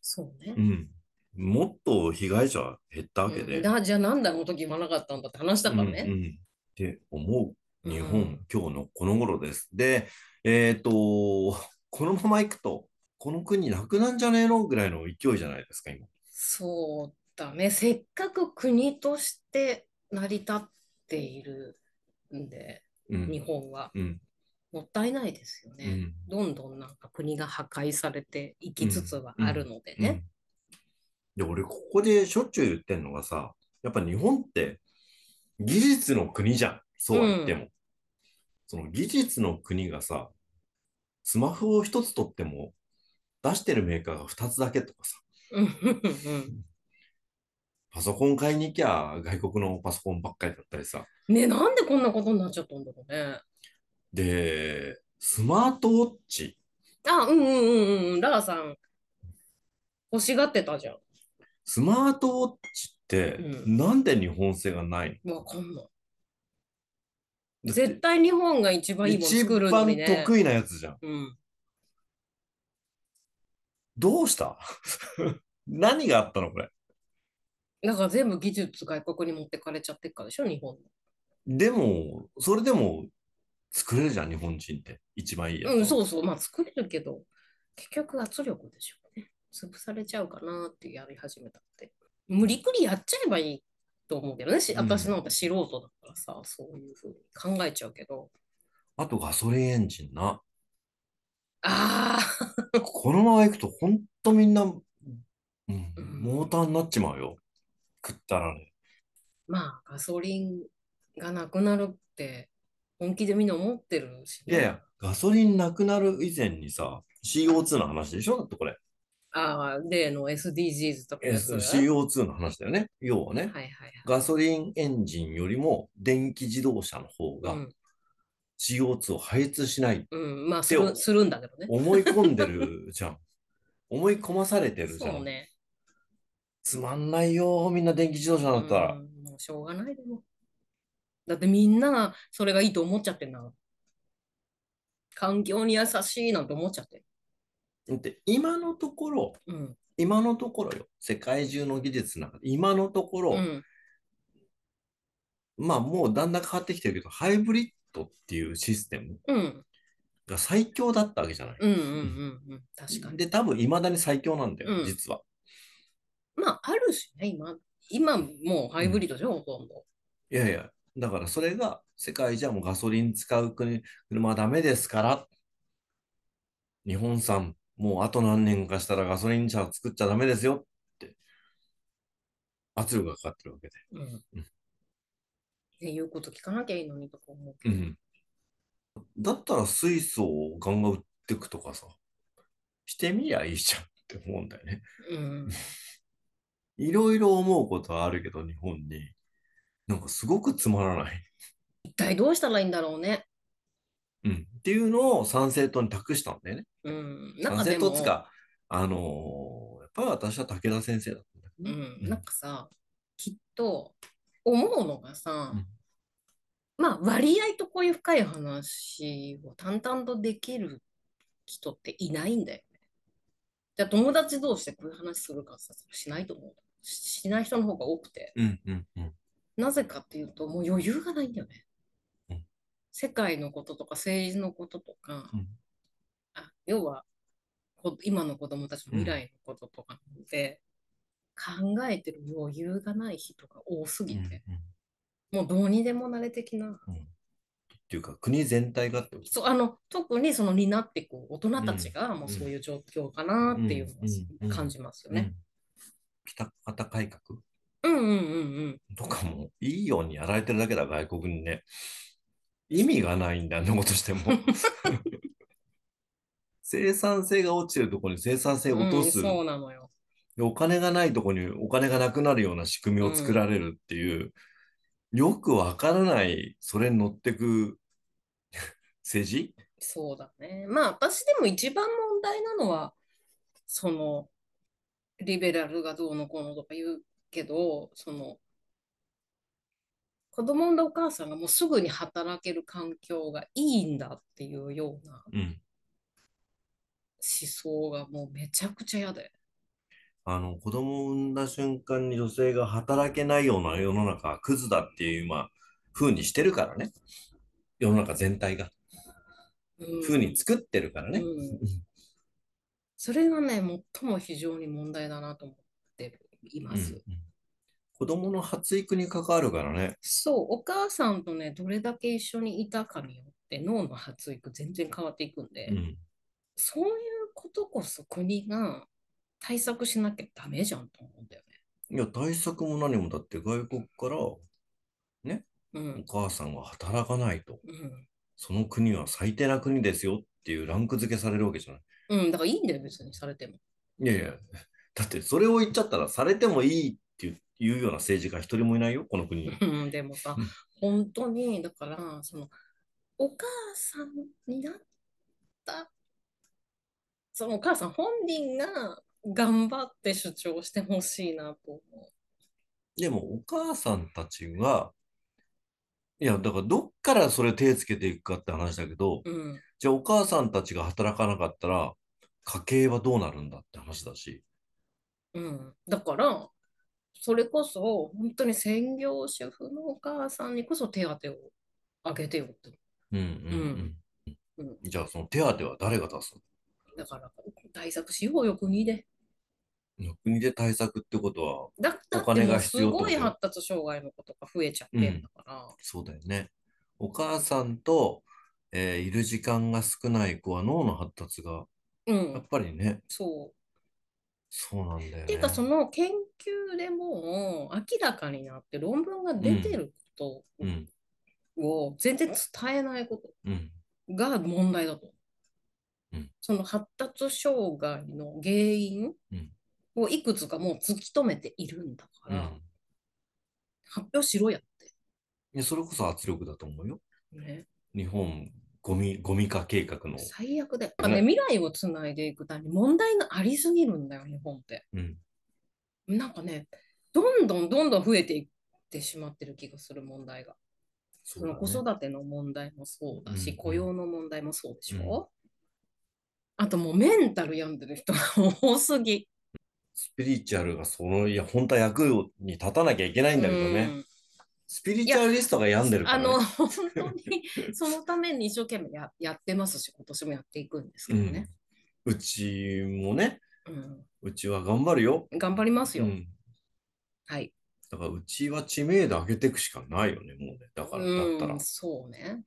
Speaker 1: そうね
Speaker 2: う。ん、もっと被害者は減ったわけで、
Speaker 1: うんだじゃあなんであの時言わなかったんだって話だから
Speaker 2: うんう
Speaker 1: ね。
Speaker 2: んって思う日本、
Speaker 1: うん
Speaker 2: 今日のこの頃です。で、えっ、と、このままいくと、この国なくなんじゃねえのぐらいの勢いじゃないですか、今。
Speaker 1: そうだね。せっかく国として成り立っているんで、
Speaker 2: うん
Speaker 1: 日本は。
Speaker 2: うん
Speaker 1: もったいないですよ
Speaker 2: う
Speaker 1: ね。
Speaker 2: ん
Speaker 1: どんどんなんか国が破壊されていきつつはあるので
Speaker 2: う
Speaker 1: ね。
Speaker 2: んで、俺、ここでしょっちゅう言ってんのがさ、やっぱ日本って技術の国じゃん。そうは言っても。その技術の国がさ、スマホを一つ取っても出してるメーカーが二つだけとかさ、
Speaker 1: うんうん
Speaker 2: パソコン買いに行きゃ外国のパソコンばっかりだったりさ。
Speaker 1: うんねなんでこんなことになっちゃったんだろうね。
Speaker 2: で、スマートウォッチ、
Speaker 1: あ、うんうんうんうん。ラガさん、欲しがってたじゃん。
Speaker 2: スマートウォッチって
Speaker 1: う
Speaker 2: なんで日本製がない
Speaker 1: わかんない。
Speaker 2: の
Speaker 1: 絶対日本が一番いいもの
Speaker 2: 一
Speaker 1: 作るの
Speaker 2: 番
Speaker 1: にね。
Speaker 2: 得意なやつじゃん。
Speaker 1: うん。
Speaker 2: どうした 何があったのこれ。
Speaker 1: だから全部技術外国に持ってかれちゃってっからでしょ、日本の。
Speaker 2: でも、それでも作れるじゃん、日本人って。一番いいやつ。
Speaker 1: うん、
Speaker 2: う。
Speaker 1: そうそう。まあ作れるけど、結局圧力でしょうね。潰されちゃうかなってやり始めたって。無理くりやっちゃえばいいと思うけどね。し
Speaker 2: うん
Speaker 1: 私なんか素人だからさ、そういうふうに考えちゃうけど。
Speaker 2: あとガソリンエンジンな。
Speaker 1: ああ、
Speaker 2: このまま行くと、ほんとみんな、うん
Speaker 1: うん、
Speaker 2: モーターになっちまうよ。食ったらね。
Speaker 1: まあガソリンがなくなるって本気でみんな思ってるし
Speaker 2: いやいや、ガソリンなくなる以前にさ、CO2 の話でしょだってこれ。
Speaker 1: ああ、例の SDGs とかのやつ。はい
Speaker 2: CO2 の話だよね。要はね、
Speaker 1: はいはい。
Speaker 2: ガソリンエンジンよりも電気自動車の方
Speaker 1: う
Speaker 2: が
Speaker 1: ん、
Speaker 2: CO2 を排出しない
Speaker 1: うん、まあす
Speaker 2: 手を
Speaker 1: る、するんだけどね。
Speaker 2: 思い込んでるじゃん。思い込まされてるじゃ。
Speaker 1: そうんね。
Speaker 2: つまんないよ、みんな電気自動車だったら。
Speaker 1: うんもうしょうがないでも。だってみんながそれがいいと思っちゃってんだもん環境に優しいなんて思っちゃってる。
Speaker 2: だって今のところ、
Speaker 1: うん。
Speaker 2: 今のところよ、世界中の技術の中で、今のところ、
Speaker 1: うん。
Speaker 2: まあもうだんだん変わってきてるけど、ハイブリッドっていうシステム
Speaker 1: うん。
Speaker 2: が最強だったわけじゃない。
Speaker 1: うん。うん。うん。うん。確かに。
Speaker 2: で、多分未だに最強なんだよ、
Speaker 1: うん
Speaker 2: 実は。
Speaker 1: まあ、あるしね、今。今、もうハイブリッドじゃん、ほとんど。
Speaker 2: いやいや、だからそれが世界じゃもうガソリン使う国車はダメですから、日本産、もうあと何年かしたらガソリン車を作っちゃダメですよって、圧力がかかってるわけで。
Speaker 1: うん。
Speaker 2: うん
Speaker 1: ね、言うこと聞かなきゃいいのにとか思うけ
Speaker 2: う
Speaker 1: ど。
Speaker 2: ん。だったら水素をガンガン売ってくとかさ、してみりゃいいじゃんって思うんだよね。
Speaker 1: うん。
Speaker 2: いろいろ思うことはあるけど、日本に。なんかすごくつまらない。
Speaker 1: 一体どうしたらいいんだろうね。
Speaker 2: うん。っていうのを参政党に託したんだよね。
Speaker 1: うん。なん
Speaker 2: 参
Speaker 1: かで
Speaker 2: 政党っつう
Speaker 1: も、
Speaker 2: か、あのーやっぱり私は武田先生だったんだけ
Speaker 1: う
Speaker 2: どね。
Speaker 1: ん、なんかさ、きっと思うのがさ、
Speaker 2: うん
Speaker 1: まあ割合とこういう深い話を淡々とできる人っていないんだよね。じゃあ友達同士でこういう話するかさ、しないと思う。ししない人の方が多くて。
Speaker 2: うんうんうん。
Speaker 1: なぜかっていうと、もう余裕がないんだよね。
Speaker 2: うん
Speaker 1: 世界のこととか政治のこととか、
Speaker 2: うん
Speaker 1: あ要はこ今の子供たちの未来のこととかで、考えてる余裕がない人が多すぎ
Speaker 2: うんうん
Speaker 1: て、もうどうにでもなれ的な、
Speaker 2: っていうか、国全体がってこと
Speaker 1: そうあの特にその担っていく大人たちがもうそういう状況かなっていうの
Speaker 2: うんう
Speaker 1: を
Speaker 2: ん
Speaker 1: 感じますよ
Speaker 2: う
Speaker 1: ね。
Speaker 2: ん北方改革
Speaker 1: うんうんうん
Speaker 2: とかもいいようにやられてるだけだ、外国にね。意味がないんだ、あんなこと しても。生産性が落ちてるところに生産性
Speaker 1: う
Speaker 2: を
Speaker 1: ん。
Speaker 2: 落とす、
Speaker 1: うんそうなのよ。
Speaker 2: でお金がないところにお金がなくなるような仕組みを作られるっていう、よくわからない、それに乗ってく 政治
Speaker 1: そうだね。まあ私でも一番問題なのは、その、リベラルがどうのこうのとか言うけど、その、子供産んだお母さんがもうすぐに働ける環境がいいんだっていうような思
Speaker 2: うん。
Speaker 1: 想がもうめちゃくちゃ嫌で。
Speaker 2: あの、子供を産んだ瞬間に女性が働けないような世の中はクズだっていう、まあ、風にしてるからね。世の中全体が。
Speaker 1: うん
Speaker 2: 風に作ってるからね。
Speaker 1: うんそれがね、最も非常に問題だなと思っています。
Speaker 2: うん子供の発育に関わるからね。
Speaker 1: そう、お母さんとね、どれだけ一緒にいたかによって脳の発育全然変わっていくんで、
Speaker 2: うん。
Speaker 1: そういうことこそ国が対策しなきゃダメじゃんと思うんだよね。
Speaker 2: いや、対策も何もだって外国からお
Speaker 1: うん。
Speaker 2: 母さんは働かないと。
Speaker 1: うん。
Speaker 2: その国は最低な国ですよっていうランク付けされるわけじゃない。
Speaker 1: うん、だからいいんだよ、別にされても。
Speaker 2: いやいや、だってそれを言っちゃったらされてもいいっていういうような政治家一人もいないよ、この国に。
Speaker 1: うん、でもさ
Speaker 2: うん、
Speaker 1: 本当に、だから、その、お母さんになった、そのお母さん本人が頑張って主張してほしいなと思う。
Speaker 2: でもお母さんたちが、いや、だからどっからそれ手つけていくかって話だけど、
Speaker 1: うん、
Speaker 2: じゃあお母さんたちが働かなかったら、家計はどうなるんだって話だし、
Speaker 1: うん。だから、それこそ、本当に専業主婦のお母さんにこそ手当をあげてよって。
Speaker 2: うん
Speaker 1: う
Speaker 2: うんんうん。じゃあその手当は誰が出す
Speaker 1: だから、対策しようよ、国で。
Speaker 2: の国で対策ってことは、
Speaker 1: だ、だっ
Speaker 2: お金
Speaker 1: てもう
Speaker 2: が必要って
Speaker 1: す
Speaker 2: こと
Speaker 1: ごい発達障害の子とか増えちゃってんだから。
Speaker 2: そうだよね。お母さんと、えーいる時間が少ない子は脳の発達が、
Speaker 1: うん、
Speaker 2: やっぱりね、
Speaker 1: そう。
Speaker 2: そうなんだよ
Speaker 1: っていうか、
Speaker 2: ね。
Speaker 1: その研究でもう明らかになって論文が出てるこ
Speaker 2: うん、
Speaker 1: とを全然伝えないこと
Speaker 2: うん、
Speaker 1: が問題だと。
Speaker 2: うん
Speaker 1: その発達障害の原因
Speaker 2: うん
Speaker 1: をいくつかもう突き止めているんだか
Speaker 2: う
Speaker 1: ら、
Speaker 2: ん。
Speaker 1: 発表しろやっ
Speaker 2: いやそれこそ圧力だと思うよ。
Speaker 1: て。ね、
Speaker 2: 日本ゴミ、ゴミ化計画の。
Speaker 1: 最悪で。やっぱね、未来をつないでいくために問題がありすぎるんだよ、日本って。
Speaker 2: うん。
Speaker 1: なんかね、どんどんどんどん増えていってしまってる気がする問題が。
Speaker 2: そ
Speaker 1: その子育ての問題もそうだ
Speaker 2: うんう
Speaker 1: し、
Speaker 2: ん
Speaker 1: 雇用の問題もそうでしょ、あともうメンタル病んでる人が多すぎ。
Speaker 2: スピリチュアルがその、いや、本当は役に立たなきゃいけないんだけどね。スピリチュアリストが病んで
Speaker 1: う
Speaker 2: る
Speaker 1: ん
Speaker 2: か
Speaker 1: あ
Speaker 2: ら、ね。
Speaker 1: の、本当にそのために一生懸命や やってますし、今年もやっていくんですけどね。
Speaker 2: うん、うちもね、
Speaker 1: うん
Speaker 2: うちは頑張るよ。
Speaker 1: 頑張ります
Speaker 2: う
Speaker 1: よ。
Speaker 2: ん。
Speaker 1: はい。
Speaker 2: だから、うちは知名度上げていくしかないよね、もうね。だから、だったら。
Speaker 1: うん、そうね。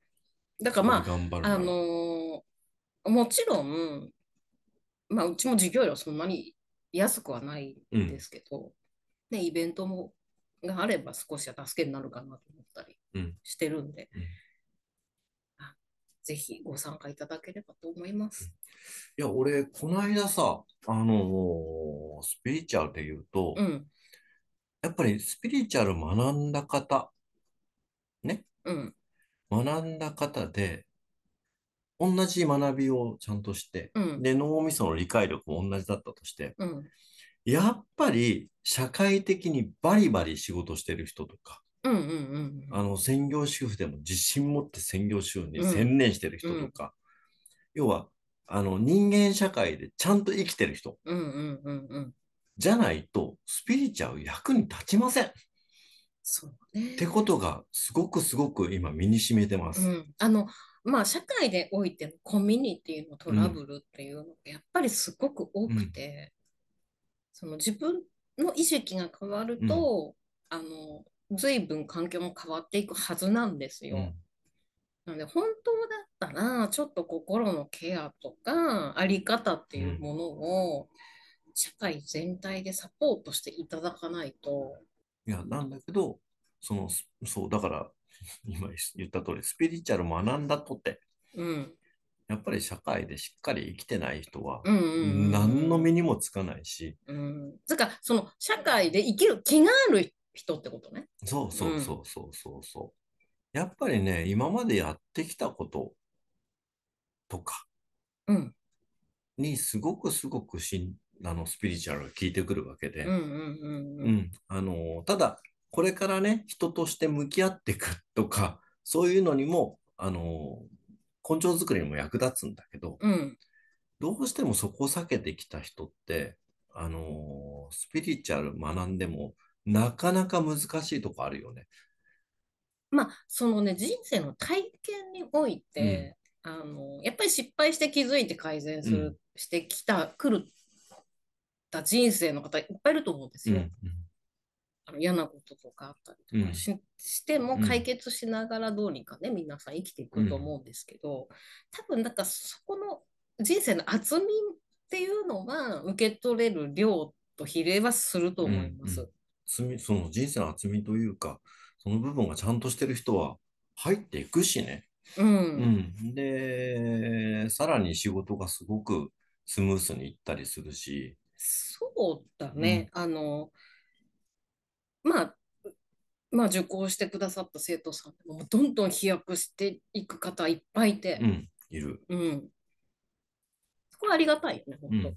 Speaker 1: だからまあ、
Speaker 2: 頑張るな
Speaker 1: あのーもちろん、まあ、うちも授業料そんなに安くはないんですけど、ね、イベントもがあれば少しは助けになるかなと思ったり
Speaker 2: うん
Speaker 1: してるんで、
Speaker 2: うん
Speaker 1: あぜひご参加いただければと思います。
Speaker 2: いや、俺、この間さ、あのースピリチュアルで言うと、
Speaker 1: うん、
Speaker 2: やっぱりスピリチュアル学んだ方、
Speaker 1: うん、
Speaker 2: 学んだ方で、同じ学びをちゃんとして、
Speaker 1: うん、
Speaker 2: で、脳みその理解力も同じだったとして、
Speaker 1: うん、
Speaker 2: やっぱり社会的にバリバリ仕事してる人とか、
Speaker 1: うん、うん、うん、
Speaker 2: あの、専業主婦でも自信持って専業主婦に
Speaker 1: うん
Speaker 2: 専念してる人とか、要は、あの、人間社会でちゃんと生きてる人
Speaker 1: うん、うん、うん、うん、
Speaker 2: じゃないと、スピリチュアル役に立ちません。
Speaker 1: そうね。
Speaker 2: ってことが、すごくすごく今身に染みてま
Speaker 1: う
Speaker 2: す。
Speaker 1: ん、あのまあ社会でおいてのコミュニティのトラブルっていうのがやっぱりすごく多くて、その自分の意識が変わると、あの随分環境も変わっていくはずなんですよ。
Speaker 2: うん
Speaker 1: なので本当だったらちょっと心のケアとかあり方っていうものを社会全体でサポートしていただかないと。
Speaker 2: いや、なんだけど、その、すそう、だから、 今言った通り、スピリチュアル学んだとって、
Speaker 1: うん
Speaker 2: やっぱり社会でしっかり生きてない人は、
Speaker 1: うんうんうん
Speaker 2: 何の身にもつかないし、
Speaker 1: うん、だからその社会で生きる気がある人ってことね。
Speaker 2: そうそううんそうそうそうそう。やっぱりね、今までやってきたこととか
Speaker 1: うん
Speaker 2: にすごくすごくしんあのスピリチュアルが効いてくるわけで、
Speaker 1: うんうんうん
Speaker 2: う
Speaker 1: うん
Speaker 2: ん、あのただこれからね人として向き合っていくとかそういうのにもあの根性作りにも役立つんだけど
Speaker 1: うん
Speaker 2: どうしてもそこを避けてきた人ってあのスピリチュアル学んでもなかなか難しいとこあるよね。
Speaker 1: まあそのね人生の体験において、あのやっぱり失敗して気づいて改善する、
Speaker 2: うん
Speaker 1: してきたくるた人生の方いっぱいいると思うんですよ。あの嫌なこととかあったりと
Speaker 2: うん
Speaker 1: かし,、しても
Speaker 2: うん
Speaker 1: 解決しながらどうにかね皆さん生きていくと思うんですけど、多分なんかそこの人生の厚みっていうのは受け取れる量と比例はすると思います。
Speaker 2: うん厚みその人生の厚みというかその部分がちゃんとしてる人は入っていくしね。
Speaker 1: うん
Speaker 2: うん、で、さらに仕事がすごくスムースにいったりするし、
Speaker 1: そうだね、あのまあまあ受講してくださった生徒さんでももうどんどん飛躍していく方いっぱいいて
Speaker 2: う、ん、いる。
Speaker 1: うん、そこはありがたいよね、
Speaker 2: う
Speaker 1: 本当
Speaker 2: ん。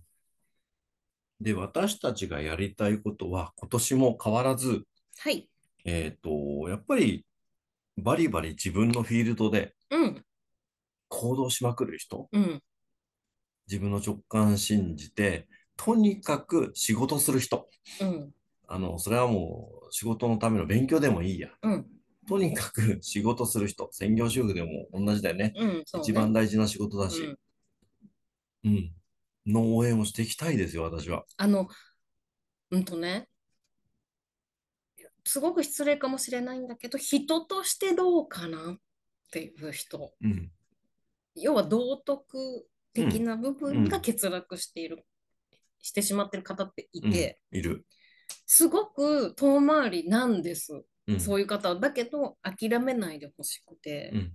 Speaker 2: で、私たちがやりたいことは今年も変わらず、
Speaker 1: はい。
Speaker 2: えっと、やっぱりバリバリ自分のフィールドで
Speaker 1: うん。
Speaker 2: 行動しまくる人、
Speaker 1: うん。
Speaker 2: 自分の直感信じて、とにかく仕事する人。
Speaker 1: うん。
Speaker 2: あの、それはもう仕事のための勉強でもいいや。
Speaker 1: うん。
Speaker 2: とにかく仕事する人。専業主婦でも同じだよね。
Speaker 1: うん。そうね
Speaker 2: 一番大事な仕事だし。
Speaker 1: うん
Speaker 2: うん。の応援をしていきたいですよ、私は。
Speaker 1: あの、うんとね、すごく失礼かもしれないんだけど、人としてどうかなっていう人。
Speaker 2: うん。
Speaker 1: 要は道徳的な部分
Speaker 2: う
Speaker 1: が
Speaker 2: ん
Speaker 1: 欠落している、してしまってる方っていて、
Speaker 2: いる。
Speaker 1: すごく遠回りなんです。
Speaker 2: うん。
Speaker 1: そういう方は。だけど、諦めないでほしくて。
Speaker 2: うん。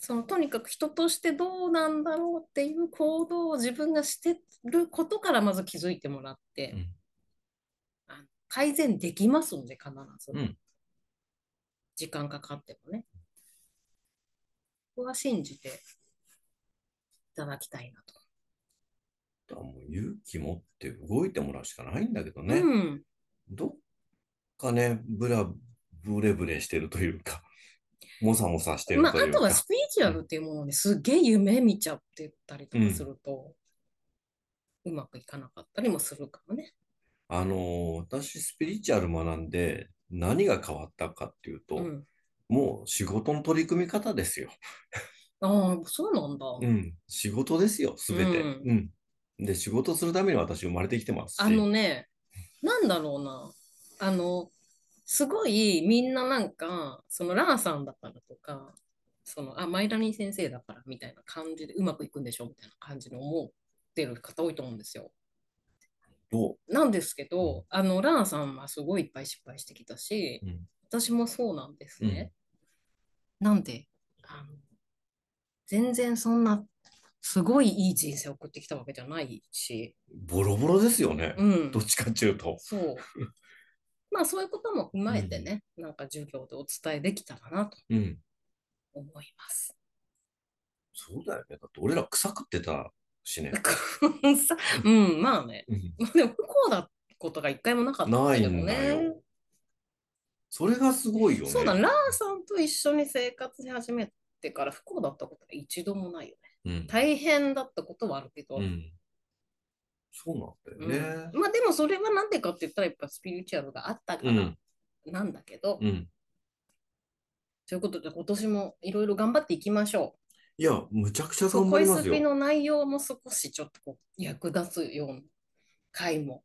Speaker 1: そのとにかく人としてどうなんだろうっていう行動を自分がしてることからまず気づいてもらって、
Speaker 2: うん
Speaker 1: あの改善できますので必ず、
Speaker 2: うん
Speaker 1: 時間かかってもねここは信じていただきたいなと、
Speaker 2: だからもう勇気持って動いてもらうしかないんだけどね。
Speaker 1: うん、
Speaker 2: どっかね、ブラ、ブレブレしてるというか、 もさもさしてる
Speaker 1: まあ
Speaker 2: とい
Speaker 1: あ
Speaker 2: うか。
Speaker 1: とはスピリチュアルっていうものにすげえ夢見ちゃってたりとかすると、うまくいかなかったりもするからね
Speaker 2: あのー私、スピリチュアル学んで何が変わったかっていうと、
Speaker 1: うん
Speaker 2: もう仕事の取り組み方ですよ。
Speaker 1: ああそうなんだ、
Speaker 2: うん。仕事ですよ、すべて。
Speaker 1: うん
Speaker 2: うん。で、仕事するために私生まれてきてますし。
Speaker 1: あのね、なんだろうな。あの、すごいみんななんか、そのラーさんだからとか、その、あ、マイラニー先生だからみたいな感じでうまくいくんでしょみたいな感じに思ってる方多いと思うんですよ。
Speaker 2: どう
Speaker 1: なんですけど、あの、ラーさんはすごいいっぱい失敗してきたし、
Speaker 2: うん
Speaker 1: 私もそうなんですね。なんで、あの、全然そんな、すごいいい人生を送ってきたわけじゃないし、
Speaker 2: ボロボロですよね。
Speaker 1: うん
Speaker 2: ど。っちかっていうと。
Speaker 1: そう。まあそういうことも踏まえてね、なんか授業でお伝えできたらなと
Speaker 2: うん。
Speaker 1: 思います。
Speaker 2: そうだよね。だって俺ら草食ってたしね。
Speaker 1: さうん、まあね。
Speaker 2: うん
Speaker 1: まあでも不幸なことが一回もなかった
Speaker 2: ない
Speaker 1: けど
Speaker 2: んだよ。
Speaker 1: ね。
Speaker 2: それがすごいよね。
Speaker 1: そうだ、ラーさんと一緒に生活し始めてから不幸だったことが一度もないよね。
Speaker 2: うん。
Speaker 1: 大変だったことはあるけど。
Speaker 2: うん。そうなんだよね。
Speaker 1: うんまあでもそれはなんでかって言ったらやっぱスピリチュアルがあったから、
Speaker 2: うん
Speaker 1: なんだけど、
Speaker 2: うん。
Speaker 1: ということで今年もいろいろ頑張っていきましょう。
Speaker 2: いや、むちゃくちゃ
Speaker 1: そう
Speaker 2: 頑張りま
Speaker 1: 恋
Speaker 2: す
Speaker 1: スピ
Speaker 2: よ。
Speaker 1: の内容も少しちょっとこう役立つような回も、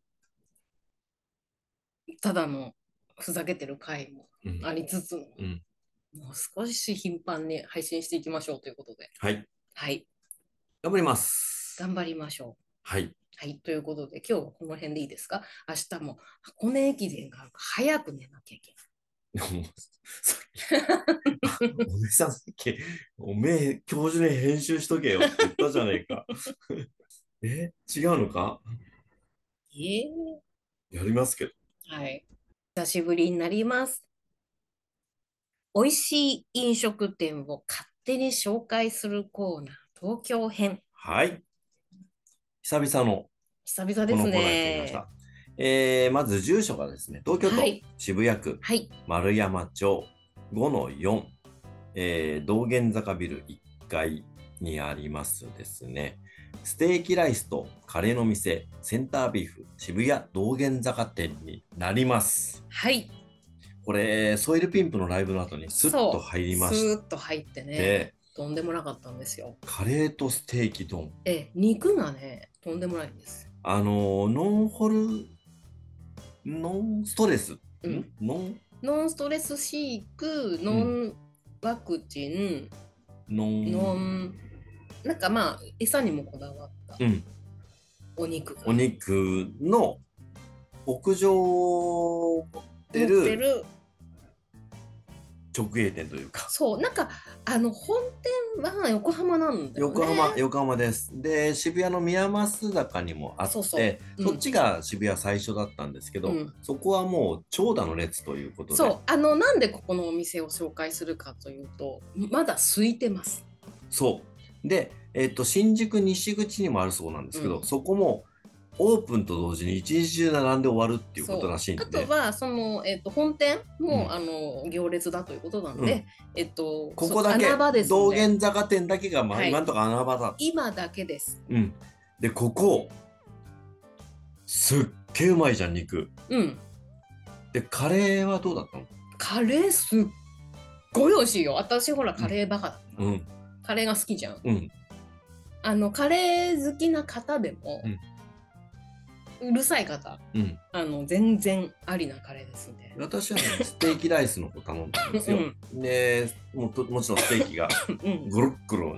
Speaker 1: ただのふざけてる回も
Speaker 2: うん
Speaker 1: ありつつも、
Speaker 2: うん
Speaker 1: もう少し頻繁に配信していきましょうということで、
Speaker 2: はい。
Speaker 1: はい、
Speaker 2: 頑張ります。
Speaker 1: 頑張りましょう。
Speaker 2: はい。
Speaker 1: はい、ということで、今日はこの辺でいいですか明日も箱根駅伝があるから早く寝なきゃいけ
Speaker 2: もうさっき、 おめさんさっき、おめえ、教授に編集しとけよって言ったじゃねえか。 え、違うのか
Speaker 1: ない。え
Speaker 2: やりますけど。
Speaker 1: はい。久しぶりになります。美味しい飲食店を勝手に紹介するコーナー、東京編。
Speaker 2: はい。久々の
Speaker 1: 久々
Speaker 2: こ
Speaker 1: で
Speaker 2: の
Speaker 1: す
Speaker 2: コーナーやってみまし
Speaker 1: ね。
Speaker 2: た。えーまず住所がですね、東京都
Speaker 1: はい
Speaker 2: 渋谷区
Speaker 1: はい。
Speaker 2: 丸山町5-4、えー道玄坂ビル1階にありますですね、ステーキライスとカレーの店、センタービーフ渋谷道玄坂店になります。
Speaker 1: はい。
Speaker 2: これ、ソイルピンプのライブの後にスッと入りま
Speaker 1: ス
Speaker 2: し
Speaker 1: ーッと入ってね、
Speaker 2: て、
Speaker 1: とんでもなかったんですよ。
Speaker 2: カレーとステーキ丼。
Speaker 1: ええ、肉がね、とんでもないんです。
Speaker 2: あのノンホルノンストレス、
Speaker 1: うん
Speaker 2: ノン
Speaker 1: ノンストレス飼育、ノンワクチン、
Speaker 2: ノン
Speaker 1: ノンなんかまあ餌にもこだわった
Speaker 2: うん
Speaker 1: お肉が
Speaker 2: お肉の屋上
Speaker 1: 持
Speaker 2: で
Speaker 1: って
Speaker 2: る
Speaker 1: る
Speaker 2: 直営店というか
Speaker 1: そうなんかあの本店は横浜なんだよね
Speaker 2: 横浜、横浜ですで渋谷の宮益坂にもあって
Speaker 1: そうそううん
Speaker 2: そっちが渋谷最初だったんですけど、
Speaker 1: うん
Speaker 2: そこはもう長蛇の列ということで
Speaker 1: そうあのなんでここのお店を紹介するかというとまだ空いてます
Speaker 2: そうで、えっと新宿西口にもあるそうなんですけど、
Speaker 1: うん
Speaker 2: そこもオープンと同時に一日中並んで終わるっていうことらしいん
Speaker 1: あ
Speaker 2: で
Speaker 1: とはその、えっと本店も、
Speaker 2: うん
Speaker 1: あの行列だということなんで、
Speaker 2: うん
Speaker 1: えっと
Speaker 2: ここだけ
Speaker 1: そう穴場ですね
Speaker 2: 道玄坂店だけが、まあ
Speaker 1: はい
Speaker 2: 今のところ穴場だ、
Speaker 1: 今だけです
Speaker 2: うん、でここすっげえうまいじゃん肉
Speaker 1: うん
Speaker 2: でカレーはどうだったの
Speaker 1: カレーすっごい美味しいよ私ほらカレーバカだ、
Speaker 2: うん
Speaker 1: カレーが好きじゃん
Speaker 2: うん
Speaker 1: あのカレー好きな方でも、うるさい方
Speaker 2: うん
Speaker 1: あの全然ありなカレーですんで、
Speaker 2: 私 はね、ステーキライスの方頼んだんですよ、でもうともちろんステーキが
Speaker 1: うん、
Speaker 2: ぐるっぐる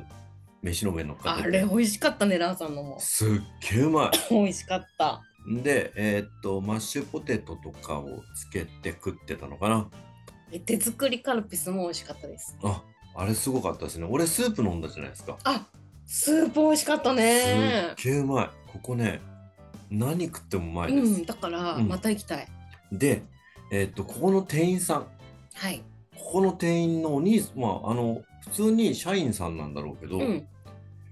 Speaker 2: 飯の上に乗っかっ
Speaker 1: あ
Speaker 2: て
Speaker 1: れ
Speaker 2: て
Speaker 1: 美味しかったねラーさんのも
Speaker 2: すっげえうまい
Speaker 1: 美味しかった
Speaker 2: で、えーっと、マッシュポテトとかをつけて食ってたのかな。
Speaker 1: え手作りカルピスも美味しかったです
Speaker 2: あ、あれすごかったですね。俺、スープ飲んだじゃないですか。
Speaker 1: あスープ美味しかったね
Speaker 2: すっげえうまい。ここね、何食ってもうま
Speaker 1: う
Speaker 2: いです
Speaker 1: ん。だから
Speaker 2: うん
Speaker 1: また行きたい、
Speaker 2: で、えーっと、ここの店員さん、
Speaker 1: はい
Speaker 2: ここの店員のお兄さん、まあ、あの、普通に社員さんなんだろうけど、
Speaker 1: うん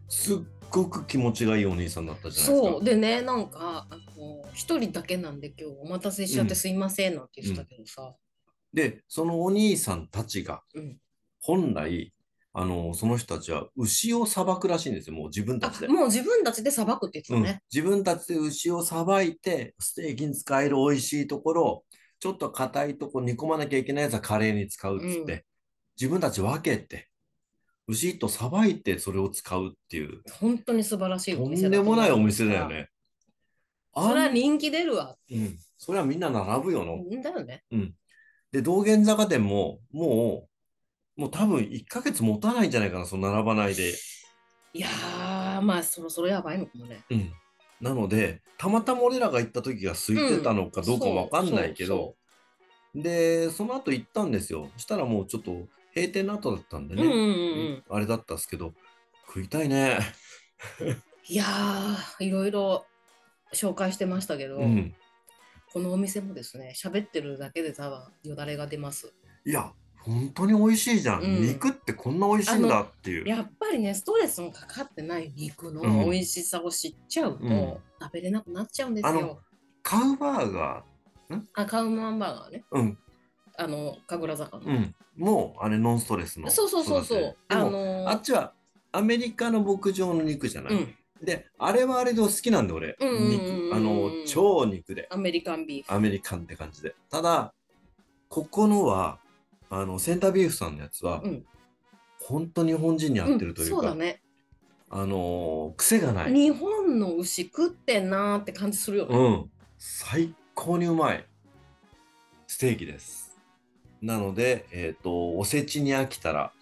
Speaker 2: すっごく気持ちがいいお兄さんだったじゃないです
Speaker 1: そ
Speaker 2: か
Speaker 1: う。でねなんかあの一人だけなんで今日お待たせしちゃってすいませんなんて言ってたけどさ、
Speaker 2: で、そのお兄さんたちが、
Speaker 1: うん
Speaker 2: 本来、あの、その人たちは牛をさばくらしいんですよ、もう自分たちで
Speaker 1: あ。もう自分たちでさばくって言
Speaker 2: う
Speaker 1: って
Speaker 2: ん
Speaker 1: たね、
Speaker 2: 自分たちで牛をさばいてステーキに使える美味しいところちょっと硬いとこ煮込まなきゃいけないやつはカレーに使うっつって、
Speaker 1: うん
Speaker 2: 自分たち分けて牛とさばいてそれを使うっていう
Speaker 1: 本当に素晴らしい
Speaker 2: と
Speaker 1: お
Speaker 2: ん
Speaker 1: 店
Speaker 2: で
Speaker 1: と思
Speaker 2: も
Speaker 1: う
Speaker 2: ないお店だよね。あん
Speaker 1: それは人気出るわ。
Speaker 2: うん、それはみんな並ぶよの。
Speaker 1: だよね。
Speaker 2: で道玄坂店ももうもう多分1ヶ月持たないんじゃないかなその並ばないで。
Speaker 1: いやー、まあそろそろやばいのかもね。
Speaker 2: うん、なのでたまたま俺らが行った時が空いてたのかどうかわかんないけど。
Speaker 1: そ
Speaker 2: で、その後行ったんですよ。したらもうちょっと閉店の後だったんで
Speaker 1: うそうそう。うんうん
Speaker 2: ね、
Speaker 1: うんうん。
Speaker 2: あれだったんですけど、食いたいね。
Speaker 1: いやー、いろいろ紹介してましたけど、
Speaker 2: うん。
Speaker 1: このお店もですね、喋ってるだけで多分よだれが出ます。
Speaker 2: いや、本当に美味しいじゃん。
Speaker 1: うん
Speaker 2: 肉ってこんな美味しいんだっていう。
Speaker 1: やっぱりね、ストレスのかかってない肉の
Speaker 2: うん
Speaker 1: 美味しさを知っちゃうと、
Speaker 2: うん
Speaker 1: 食べれなくなっちゃうんです
Speaker 2: あ
Speaker 1: よ
Speaker 2: の。カウバーガ
Speaker 1: あ、カウマンバーガーね。
Speaker 2: ー、うん、
Speaker 1: あの、神楽坂の。
Speaker 2: うん。もう、あれ、ノンストレスの。
Speaker 1: そうそうそうそ
Speaker 2: だ
Speaker 1: う
Speaker 2: し。で
Speaker 1: あ
Speaker 2: も
Speaker 1: のー
Speaker 2: あっちは、アメリカの牧場の肉じゃな
Speaker 1: う
Speaker 2: い。
Speaker 1: ん、
Speaker 2: で、あれはあれで好きなんで、俺。
Speaker 1: うんうんうんうん
Speaker 2: 肉。あの、超肉で。
Speaker 1: アメリカンビーフ。
Speaker 2: アメリカンって感じで。ただ、ここのは、あの、センタービーフさんのやつは、
Speaker 1: うん
Speaker 2: 本当日本人に合ってるというか、
Speaker 1: そうだね。
Speaker 2: あのー癖がない。
Speaker 1: 日本の牛食ってんなーって感じするよね。
Speaker 2: うん。最高にうまい。ステーキです。なので、えっ、と、おせちに飽きたら、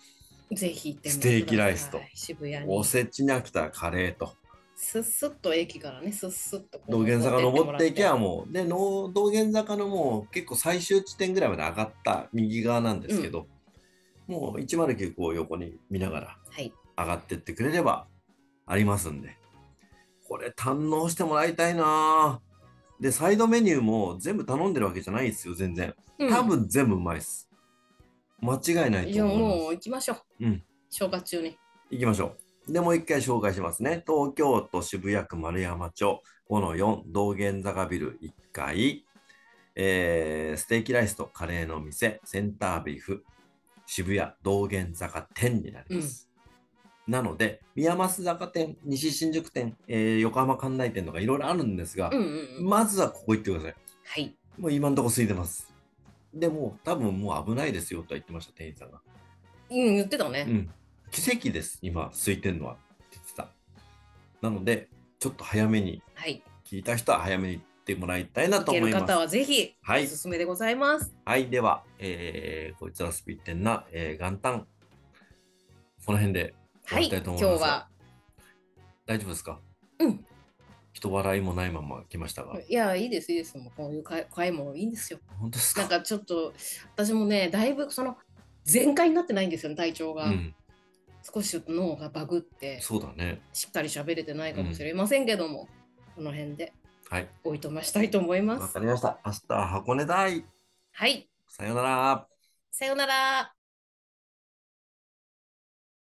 Speaker 1: ぜひ行ってみてください
Speaker 2: ステーキライスと
Speaker 1: 渋谷
Speaker 2: お
Speaker 1: に。
Speaker 2: せちに飽きたらカレーと。
Speaker 1: すっすっと駅からね、すっすっとこう
Speaker 2: 道玄坂登っていけば
Speaker 1: も
Speaker 2: もう、で、の道玄坂のもう結構最終地点ぐらいまで上がった右側なんですけど、もう109を横に見ながら
Speaker 1: らって。はい。
Speaker 2: 上がってってくれればありますんで、これ堪能してもらいたいなぁで、サイドメニューも全部頼んでるわけじゃないですよ、全然。
Speaker 1: うん
Speaker 2: 多分全部うまいです。間違いない
Speaker 1: い
Speaker 2: と
Speaker 1: や、
Speaker 2: 思います
Speaker 1: もう行きましょう。
Speaker 2: うん
Speaker 1: 正月中に。
Speaker 2: 行きましょう。で、もう一回紹介しますね。東京都渋谷区丸山町5-4道玄坂ビル1階、えーステーキライスとカレーの店、センタービーフ、渋谷道玄坂店になります。なので、宮益坂店、西新宿店、えー横浜関内店とかいろいろあるんですが
Speaker 1: うん、うんうん。
Speaker 2: まずはここ行ってください。
Speaker 1: はい。
Speaker 2: もう今のところ空いてます。でも、多分もう危ないですよとは言ってました、店員さんが。
Speaker 1: うん、言ってた
Speaker 2: う
Speaker 1: ね。
Speaker 2: ん、奇跡です、今、空いてるのはって言ってた。なので、ちょっと早めに、
Speaker 1: はい。
Speaker 2: 聞いた人は早めに行ってもらいたいなと
Speaker 1: 行け
Speaker 2: 思
Speaker 1: る
Speaker 2: います。
Speaker 1: 方はぜひ、
Speaker 2: は
Speaker 1: お
Speaker 2: い
Speaker 1: す、すめでございます。
Speaker 2: はい、では、えー、こいつらスピッテンな、えー、元旦、この辺で終
Speaker 1: は
Speaker 2: わ
Speaker 1: い。
Speaker 2: りたいと
Speaker 1: 今
Speaker 2: 思い
Speaker 1: 日
Speaker 2: ます。
Speaker 1: は、
Speaker 2: 大丈夫ですか
Speaker 1: うん。
Speaker 2: 人笑いもないまま来ましたが、
Speaker 1: いや、いいです、いいです。もうこういう会会もいいんですよ。
Speaker 2: 本当ですか
Speaker 1: なんかちょっと、私もね、だいぶその、全開になってないんですよね、体調が。
Speaker 2: うん、
Speaker 1: 少しちょっと脳がバグって、
Speaker 2: そうだね。
Speaker 1: しっかり喋れてないかもしれませんけども、この辺で
Speaker 2: はい、
Speaker 1: おいとましたいと思いま
Speaker 2: わ
Speaker 1: す。
Speaker 2: かりました。明日は箱根大、
Speaker 1: はい。
Speaker 2: さようなら。
Speaker 1: さようなら。